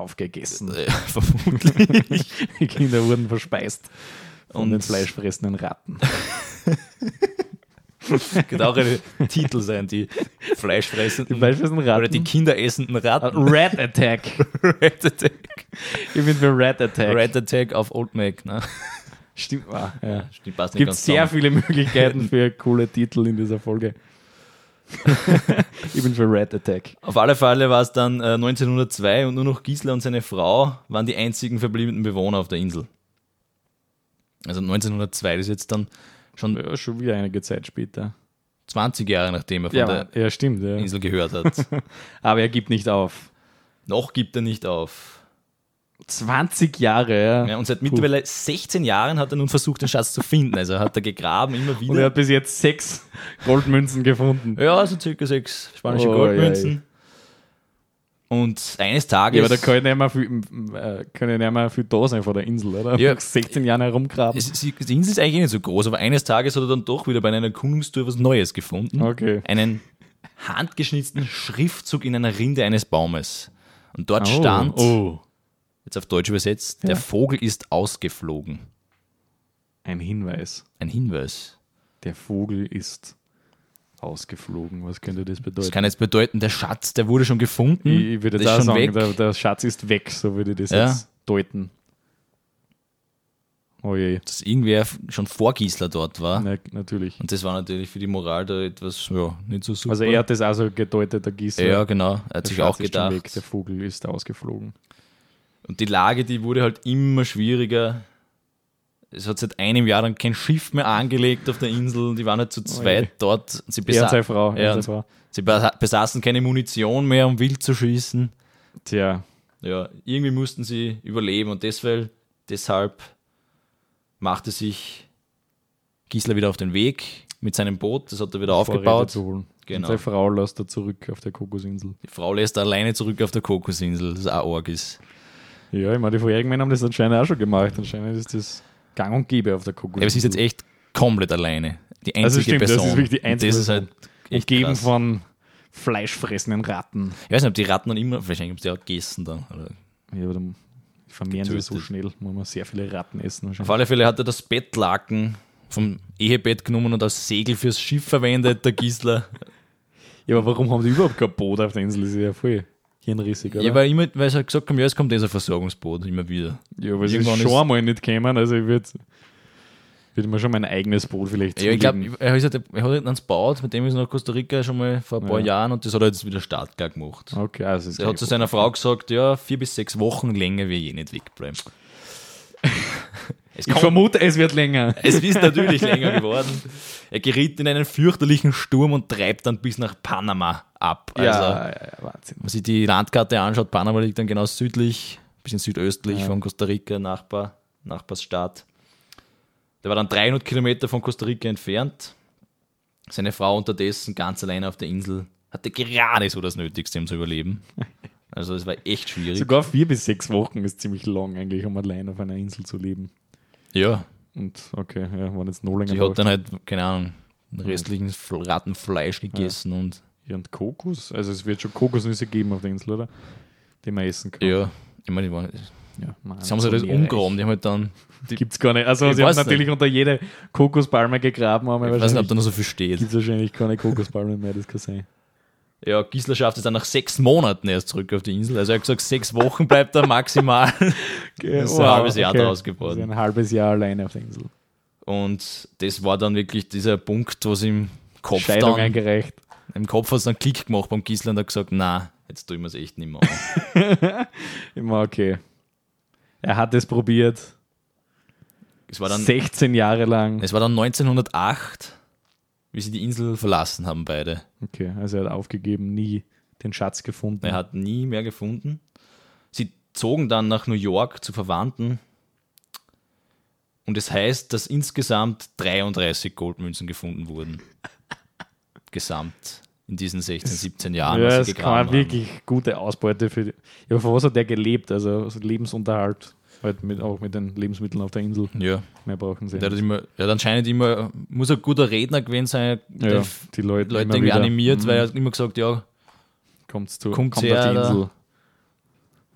Speaker 2: aufgegessen.
Speaker 1: Äh, vermutlich.
Speaker 2: Die Kinder wurden verspeist von
Speaker 1: Und-
Speaker 2: den fleischfressenden Ratten.
Speaker 1: Könnte auch ein genau, Titel sein, die fleischfressenden
Speaker 2: Fleischfressenden
Speaker 1: oder die
Speaker 2: Ratten.
Speaker 1: kinderessenden Ratten.
Speaker 2: Äh, Rat Attack.
Speaker 1: Rat Attack.
Speaker 2: Ich bin für Rat Attack.
Speaker 1: Rat Attack auf Old Mac. Ne?
Speaker 2: Stimmt. Ah, ja.
Speaker 1: Die passt nicht
Speaker 2: Gibt
Speaker 1: ganz
Speaker 2: sehr
Speaker 1: zusammen.
Speaker 2: viele Möglichkeiten für coole Titel in dieser Folge. ich bin für Rat Attack.
Speaker 1: Auf alle Fälle war es dann äh, 1902 und nur noch Gisela und seine Frau waren die einzigen verbliebenen Bewohner auf der Insel. Also 1902, das ist jetzt dann schon
Speaker 2: Ja, schon wieder einige Zeit später.
Speaker 1: 20 Jahre nachdem er von
Speaker 2: Ja,
Speaker 1: der
Speaker 2: ja stimmt. Ja.
Speaker 1: Insel gehört hat.
Speaker 2: Aber er gibt nicht auf.
Speaker 1: Noch gibt er nicht auf.
Speaker 2: 20 Jahre, ja.
Speaker 1: Ja, und seit mittlerweile 16 Jahren hat er nun versucht, den Schatz zu finden. Also hat er gegraben, immer
Speaker 2: Und er
Speaker 1: wieder.
Speaker 2: hat bis jetzt sechs Goldmünzen gefunden.
Speaker 1: Ja, also circa sechs spanische
Speaker 2: Oh,
Speaker 1: Goldmünzen. Und eines Tages.
Speaker 2: Ja, aber da kann ich nicht mehr viel, äh, kann ich nicht mehr viel da sein von der Insel, oder?
Speaker 1: Ja.
Speaker 2: Nach 16 Jahren herumgraben.
Speaker 1: es, sie- die Insel ist eigentlich eh nicht so groß, aber eines Tages hat er dann doch wieder bei einer Erkundungstour was Neues gefunden.
Speaker 2: Okay.
Speaker 1: Einen handgeschnitzten Schriftzug in einer Rinde eines Baumes. Und dort stand,
Speaker 2: Oh.
Speaker 1: jetzt auf Deutsch übersetzt, der Vogel ist ausgeflogen.
Speaker 2: Ein Hinweis.
Speaker 1: Ein Hinweis.
Speaker 2: Der Vogel ist ausgeflogen. Was könnte das
Speaker 1: Das
Speaker 2: bedeuten?
Speaker 1: kann jetzt bedeuten, der Schatz, der wurde schon gefunden.
Speaker 2: ich, ich würde
Speaker 1: der
Speaker 2: jetzt auch
Speaker 1: ist schon
Speaker 2: sagen,
Speaker 1: weg.
Speaker 2: der, der Schatz ist weg, so würde ich das
Speaker 1: Ja.
Speaker 2: jetzt deuten. Oh je.
Speaker 1: Dass irgendwer f- schon vor Giesler dort war.
Speaker 2: Na, natürlich.
Speaker 1: Und das war natürlich für die Moral da etwas, ja, nicht so super.
Speaker 2: Also er hat das auch so gedeutet, der Gießer.
Speaker 1: ja, genau. Er hat
Speaker 2: Der
Speaker 1: sich
Speaker 2: Schatz
Speaker 1: auch
Speaker 2: ist schon Weg,
Speaker 1: gedacht.
Speaker 2: der Vogel ist ausgeflogen.
Speaker 1: Und die Lage, die wurde halt immer schwieriger. Es hat seit einem Jahr dann kein Schiff mehr angelegt auf der Insel. Die waren halt zu zweit dort. Sie,
Speaker 2: Er und
Speaker 1: besa
Speaker 2: Oh seine Frau. er
Speaker 1: Ja,
Speaker 2: und
Speaker 1: und-
Speaker 2: seine Frau.
Speaker 1: sie besa- besaßen keine Munition mehr, um wild zu schießen.
Speaker 2: Tja,
Speaker 1: Ja, irgendwie mussten sie überleben und deswegen, deshalb machte sich Gisler wieder auf den Weg mit seinem Boot. Das hat er wieder
Speaker 2: Vorräte
Speaker 1: aufgebaut.
Speaker 2: zu holen. Und
Speaker 1: Genau.
Speaker 2: seine Frau lässt er zurück auf der Kokosinsel.
Speaker 1: Die Frau lässt er alleine zurück auf der Kokosinsel, das auch arg ist.
Speaker 2: Ja, ich meine, die vorherigen Männer haben das anscheinend auch schon gemacht. Anscheinend ist das gang und gäbe auf der Kokosinsel.
Speaker 1: Ja, aber sie ist jetzt echt komplett alleine. Die einzige
Speaker 2: Also stimmt, das
Speaker 1: Person.
Speaker 2: ist wirklich die
Speaker 1: Und Das ist halt echt
Speaker 2: umgeben
Speaker 1: krass.
Speaker 2: von fleischfressenden Ratten.
Speaker 1: Ich weiß nicht, ob die Ratten dann immer, wahrscheinlich haben sie auch gegessen dann. Oder
Speaker 2: Ja, aber dann vermehren sie so
Speaker 1: Getötet.
Speaker 2: schnell, muss man sehr viele Ratten essen
Speaker 1: Auf
Speaker 2: wahrscheinlich.
Speaker 1: alle Fälle hat er das Bettlaken vom Ehebett genommen und als Segel fürs Schiff verwendet, der Gisler.
Speaker 2: Ja, aber warum haben die überhaupt kein Boot auf der Insel? Das ist ja voll hirnrissig, oder?
Speaker 1: Ja, weil, immer, weil sie halt gesagt haben, ja, es kommt dieser Versorgungsboot immer wieder.
Speaker 2: Ja, weil sie
Speaker 1: Irgendwann ist-
Speaker 2: schon einmal nicht kämen. Also ich würde würd mir schon mein eigenes Boot vielleicht
Speaker 1: Ja, ich
Speaker 2: zulegen.
Speaker 1: glaube, er, ist halt- er hat halt eins gebaut, mit dem ist er nach Costa Rica schon mal vor ein paar
Speaker 2: Ja.
Speaker 1: Jahren und das hat er jetzt wieder startklar gemacht.
Speaker 2: Okay, also es
Speaker 1: Er hat zu seiner Frau gesagt, ja, vier bis sechs Wochen länger wir je nicht wegbleiben. es,
Speaker 2: ich
Speaker 1: kommt,
Speaker 2: vermute, es wird länger.
Speaker 1: es ist natürlich länger geworden. Er geriet in einen fürchterlichen Sturm und treibt dann bis nach Panama ab. Also,
Speaker 2: ja, ja, Wahnsinn.
Speaker 1: wenn man sich die Landkarte anschaut, Panama liegt dann genau südlich, ein bisschen südöstlich von Costa Rica, Nachbar, Nachbarsstaat. Der war dann 300 Kilometer von Costa Rica entfernt. Seine Frau unterdessen ganz alleine auf der Insel hatte gerade so das Nötigste, um zu überleben. Also es war echt schwierig.
Speaker 2: Sogar vier bis sechs Wochen ist ziemlich lang eigentlich, um allein auf einer Insel zu leben.
Speaker 1: ja,
Speaker 2: Und okay, ja, waren jetzt noch länger.
Speaker 1: die
Speaker 2: da.
Speaker 1: hat dann halt, keine Ahnung, den restlichen Fl- Rattenfleisch gegessen und
Speaker 2: ja, und Kokos? Also es wird schon Kokosnüsse geben auf der Insel, oder? Die man essen kann.
Speaker 1: ja, ich meine, die waren,
Speaker 2: Ja, Mann,
Speaker 1: das haben sie halt
Speaker 2: so
Speaker 1: alles umgraben. Die haben halt dann,
Speaker 2: Die gibt's gar nicht. Also
Speaker 1: Ich
Speaker 2: sie haben
Speaker 1: weiß nicht.
Speaker 2: natürlich unter jede Kokospalme gegraben, aber
Speaker 1: ich weiß nicht, ob
Speaker 2: wahrscheinlich
Speaker 1: da noch so viel steht.
Speaker 2: gibt es wahrscheinlich keine Kokospalme mehr, das kann sein.
Speaker 1: Ja, Gisler schafft es dann nach sechs Monaten erst zurück auf die Insel. Also er hat gesagt, sechs Wochen bleibt er maximal. Das ist ein halbes Jahr draus geworden.
Speaker 2: Das ist ein halbes Jahr alleine auf der Insel.
Speaker 1: Und das war dann wirklich dieser Punkt, was im Kopf
Speaker 2: Scheidung
Speaker 1: dann,
Speaker 2: eingereicht.
Speaker 1: im Kopf hat es dann Klick gemacht beim Gisler und hat gesagt, na, jetzt tun wir es echt nicht mehr an.
Speaker 2: Immer okay. Er hat es probiert,
Speaker 1: Es war dann,
Speaker 2: 16 Jahre lang.
Speaker 1: es war dann 1908, wie sie die Insel verlassen haben beide.
Speaker 2: Okay, also er hat aufgegeben, nie den Schatz gefunden.
Speaker 1: Er hat nie mehr gefunden. Sie zogen dann nach New York zu Verwandten. Und es heißt, dass insgesamt 33 Goldmünzen gefunden wurden. Gesamt in diesen 16, 17 Jahren.
Speaker 2: ja,
Speaker 1: was sie
Speaker 2: das kann
Speaker 1: gegraben haben.
Speaker 2: wirklich gute Ausbeute für die. Ja, aber von was hat er gelebt? Also also Lebensunterhalt. Halt mit, auch mit den Lebensmitteln auf der Insel.
Speaker 1: Ja,
Speaker 2: Mehr brauchen sie.
Speaker 1: der
Speaker 2: nicht.
Speaker 1: hat, immer, er hat anscheinend immer, muss ein guter Redner gewesen sein, der
Speaker 2: ja,
Speaker 1: f-
Speaker 2: die Leute,
Speaker 1: Leute
Speaker 2: immer
Speaker 1: irgendwie
Speaker 2: wieder,
Speaker 1: animiert,
Speaker 2: "Mm,
Speaker 1: weil er hat immer gesagt, ja,
Speaker 2: kommt's zu,
Speaker 1: kommt's
Speaker 2: kommt
Speaker 1: her,
Speaker 2: auf die
Speaker 1: da."
Speaker 2: Insel.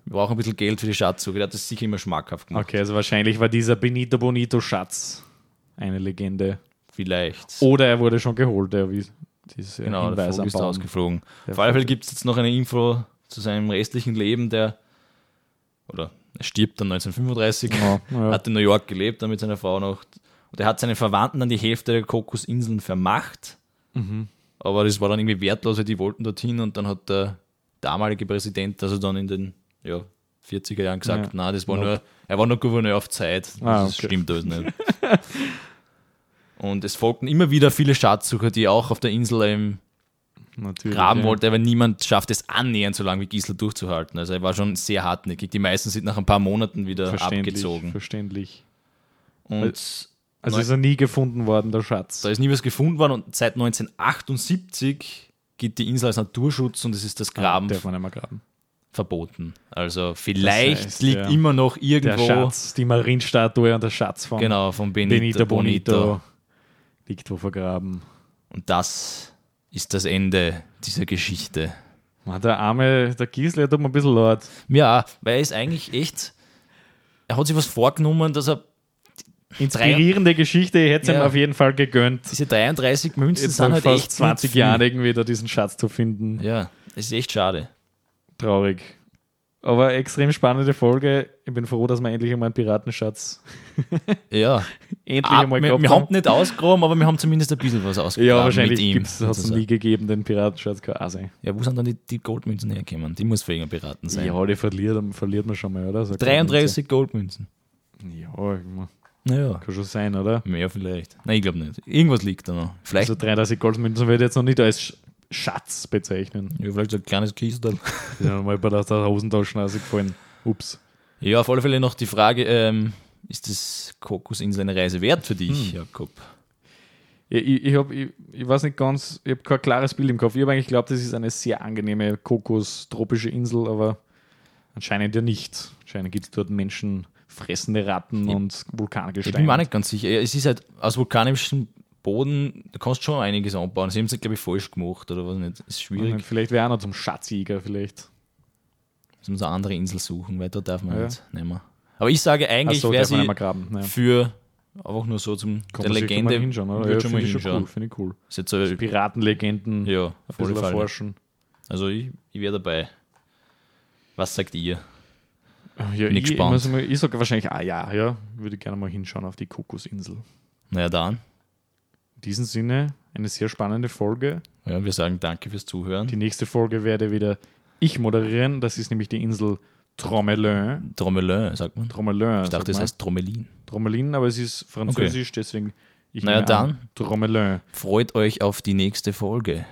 Speaker 1: wir brauchen ein bisschen Geld für die Schatzsuche. Der hat das sicher immer schmackhaft gemacht.
Speaker 2: Okay, also wahrscheinlich war dieser Benito Bonito Schatz eine Legende.
Speaker 1: Vielleicht.
Speaker 2: Oder er wurde schon geholt, der wie diese
Speaker 1: Genau, der
Speaker 2: Hinweis am
Speaker 1: Vogel ist
Speaker 2: Baum.
Speaker 1: ausgeflogen.
Speaker 2: Der
Speaker 1: Auf alle Fälle gibt es jetzt noch eine Info zu seinem restlichen Leben, der, oder er stirbt dann 1935,
Speaker 2: Ja, ja.
Speaker 1: hat in New York gelebt, dann mit seiner Frau noch. Und er hat seinen Verwandten dann die Hälfte der Kokosinseln vermacht,
Speaker 2: Mhm.
Speaker 1: aber das war dann irgendwie wertlos, weil die wollten dorthin und dann hat der damalige Präsident, also dann in den ja, 40er Jahren gesagt,
Speaker 2: Ja.
Speaker 1: nein, das war
Speaker 2: Nope.
Speaker 1: nur, er war nur Gouverneur auf Zeit, das
Speaker 2: Ah,
Speaker 1: ist-
Speaker 2: okay.
Speaker 1: stimmt alles nicht. Und es folgten immer wieder viele Schatzsucher, die auch auf der Insel im
Speaker 2: Natürlich,
Speaker 1: graben
Speaker 2: ja.
Speaker 1: wollte, aber niemand schafft es annähernd so lange wie Gisler durchzuhalten. Also er war schon sehr hartnäckig. Die meisten sind nach ein paar Monaten wieder
Speaker 2: Verständlich,
Speaker 1: abgezogen.
Speaker 2: Verständlich.
Speaker 1: Und
Speaker 2: Also
Speaker 1: Neu-
Speaker 2: ist er nie gefunden worden, der Schatz.
Speaker 1: da ist nie was gefunden worden und seit 1978 gilt die Insel als Naturschutz und es ist das Graben
Speaker 2: Ah, Darf man nicht mehr graben.
Speaker 1: verboten. Also vielleicht
Speaker 2: heißt,
Speaker 1: liegt
Speaker 2: ja,
Speaker 1: immer noch
Speaker 2: Der
Speaker 1: irgendwo
Speaker 2: Schatz, die Marienstatue und der Schatz von
Speaker 1: genau von Benito,
Speaker 2: Benito
Speaker 1: Bonito.
Speaker 2: Bonito, liegt wo vergraben.
Speaker 1: und das ist das Ende dieser Geschichte.
Speaker 2: Man, der arme, der Giesler tut mir ein bisschen leid.
Speaker 1: Ja, weil er ist eigentlich echt er hat sich was vorgenommen, dass er
Speaker 2: Inspirierende Geschichte, ich hätte es
Speaker 1: Ja.
Speaker 2: ihm auf jeden Fall gegönnt.
Speaker 1: diese 33 Münzen
Speaker 2: Jetzt
Speaker 1: sind
Speaker 2: nach
Speaker 1: halt
Speaker 2: fast
Speaker 1: echt
Speaker 2: 20
Speaker 1: Jahre.
Speaker 2: Jahren irgendwie da diesen Schatz zu finden.
Speaker 1: Ja, es ist echt schade.
Speaker 2: Traurig. Aber extrem spannende Folge. Ich bin froh, dass wir endlich einmal einen Piratenschatz
Speaker 1: Ja.
Speaker 2: endlich
Speaker 1: Ah,
Speaker 2: einmal
Speaker 1: wir,
Speaker 2: gehabt ne?
Speaker 1: wir haben nicht ausgegraben, aber wir haben zumindest ein bisschen was ausgegraben
Speaker 2: Ja,
Speaker 1: mit
Speaker 2: wahrscheinlich
Speaker 1: ihm.
Speaker 2: hat es
Speaker 1: sozusagen.
Speaker 2: nie gegeben, den Piratenschatz kann auch sein.
Speaker 1: Ja, wo sind dann die, die Goldmünzen hergekommen? Die muss für irgendeinen Piraten sein.
Speaker 2: Also, Ja, die verliert, dann verliert man schon mal, oder? So
Speaker 1: 33 Goldmünzen.
Speaker 2: Ja, ich mein,
Speaker 1: Naja,
Speaker 2: kann schon sein, oder?
Speaker 1: mehr vielleicht. Nein, ich glaube nicht. Irgendwas liegt da noch. Vielleicht,
Speaker 2: Also 33 Goldmünzen würde ich jetzt noch nicht als Sch- Schatz bezeichnen.
Speaker 1: ja, vielleicht so ein kleines Kistel.
Speaker 2: Die sind noch mal bei der der Hosentasche rausgefallen. Ups.
Speaker 1: Ja, auf alle Fälle noch die Frage, ähm, ist das Kokosinsel eine Reise wert für
Speaker 2: Hm.
Speaker 1: dich, Jakob?
Speaker 2: Ja, ich, ich, hab, ich, ich weiß nicht ganz, ich habe kein klares Bild im Kopf. Ich habe eigentlich geglaubt, das ist eine sehr angenehme kokos-tropische Insel, aber anscheinend ja nicht. Anscheinend gibt es dort menschenfressende Ratten
Speaker 1: Ich-
Speaker 2: und
Speaker 1: Ich bin mir auch
Speaker 2: Vulkangesteine.
Speaker 1: nicht ganz sicher. Es ist halt aus vulkanischem Boden, da kannst du schon einiges anbauen. Sie haben
Speaker 2: Mhm.
Speaker 1: es, glaube ich, falsch gemacht oder was nicht. Ist schwierig.
Speaker 2: Vielleicht wäre einer zum Schatzjäger, vielleicht.
Speaker 1: Müssen wir uns eine andere Insel suchen, weil da darf man
Speaker 3: Ja.
Speaker 1: nicht nicht mehr. Aber ich sage eigentlich,
Speaker 3: Achso,
Speaker 1: wäre
Speaker 3: darf man
Speaker 1: sie
Speaker 3: nicht mehr graben. Ja.
Speaker 1: für einfach nur so zum
Speaker 2: Kann
Speaker 1: der
Speaker 2: man sich schon mal
Speaker 1: Legende.
Speaker 2: hinschauen, oder?
Speaker 1: Wird
Speaker 2: Ja,
Speaker 1: schon
Speaker 2: finde
Speaker 1: mal
Speaker 2: ich
Speaker 1: hinschauen.
Speaker 2: cool, finde ich cool.
Speaker 1: Ist jetzt so, ja,
Speaker 3: Piratenlegenden ein
Speaker 1: auf
Speaker 3: bisschen
Speaker 1: alle Fälle.
Speaker 3: erforschen.
Speaker 1: Also ich, ich wäre dabei. Was sagt ihr?
Speaker 2: Ja,
Speaker 1: Bin
Speaker 2: ich, ich,
Speaker 1: gespannt.
Speaker 2: muss mal- ich sage wahrscheinlich, ah ja, ja, würde gerne mal hinschauen auf die Kokosinsel.
Speaker 1: Na ja, dann.
Speaker 2: In diesem Sinne, eine sehr spannende Folge.
Speaker 1: Ja, wir sagen danke fürs Zuhören.
Speaker 2: Die nächste Folge werde wieder ich moderieren. Das ist nämlich die Insel Tromelin.
Speaker 1: Trommelin, sagt man.
Speaker 2: Tromelin.
Speaker 1: Ich dachte, das heißt Trommelin.
Speaker 2: Trommelin, aber es ist französisch, deswegen ich
Speaker 1: Na ja,
Speaker 2: nehme an,
Speaker 1: dann.
Speaker 2: Tromelin.
Speaker 1: Freut euch auf die nächste Folge.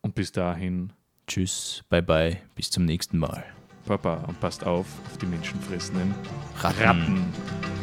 Speaker 2: Und bis dahin,
Speaker 1: Tschüss, bye bye, bis zum nächsten Mal.
Speaker 2: Papa, und passt auf auf die menschenfressenden
Speaker 1: Ratten.
Speaker 2: Ratten.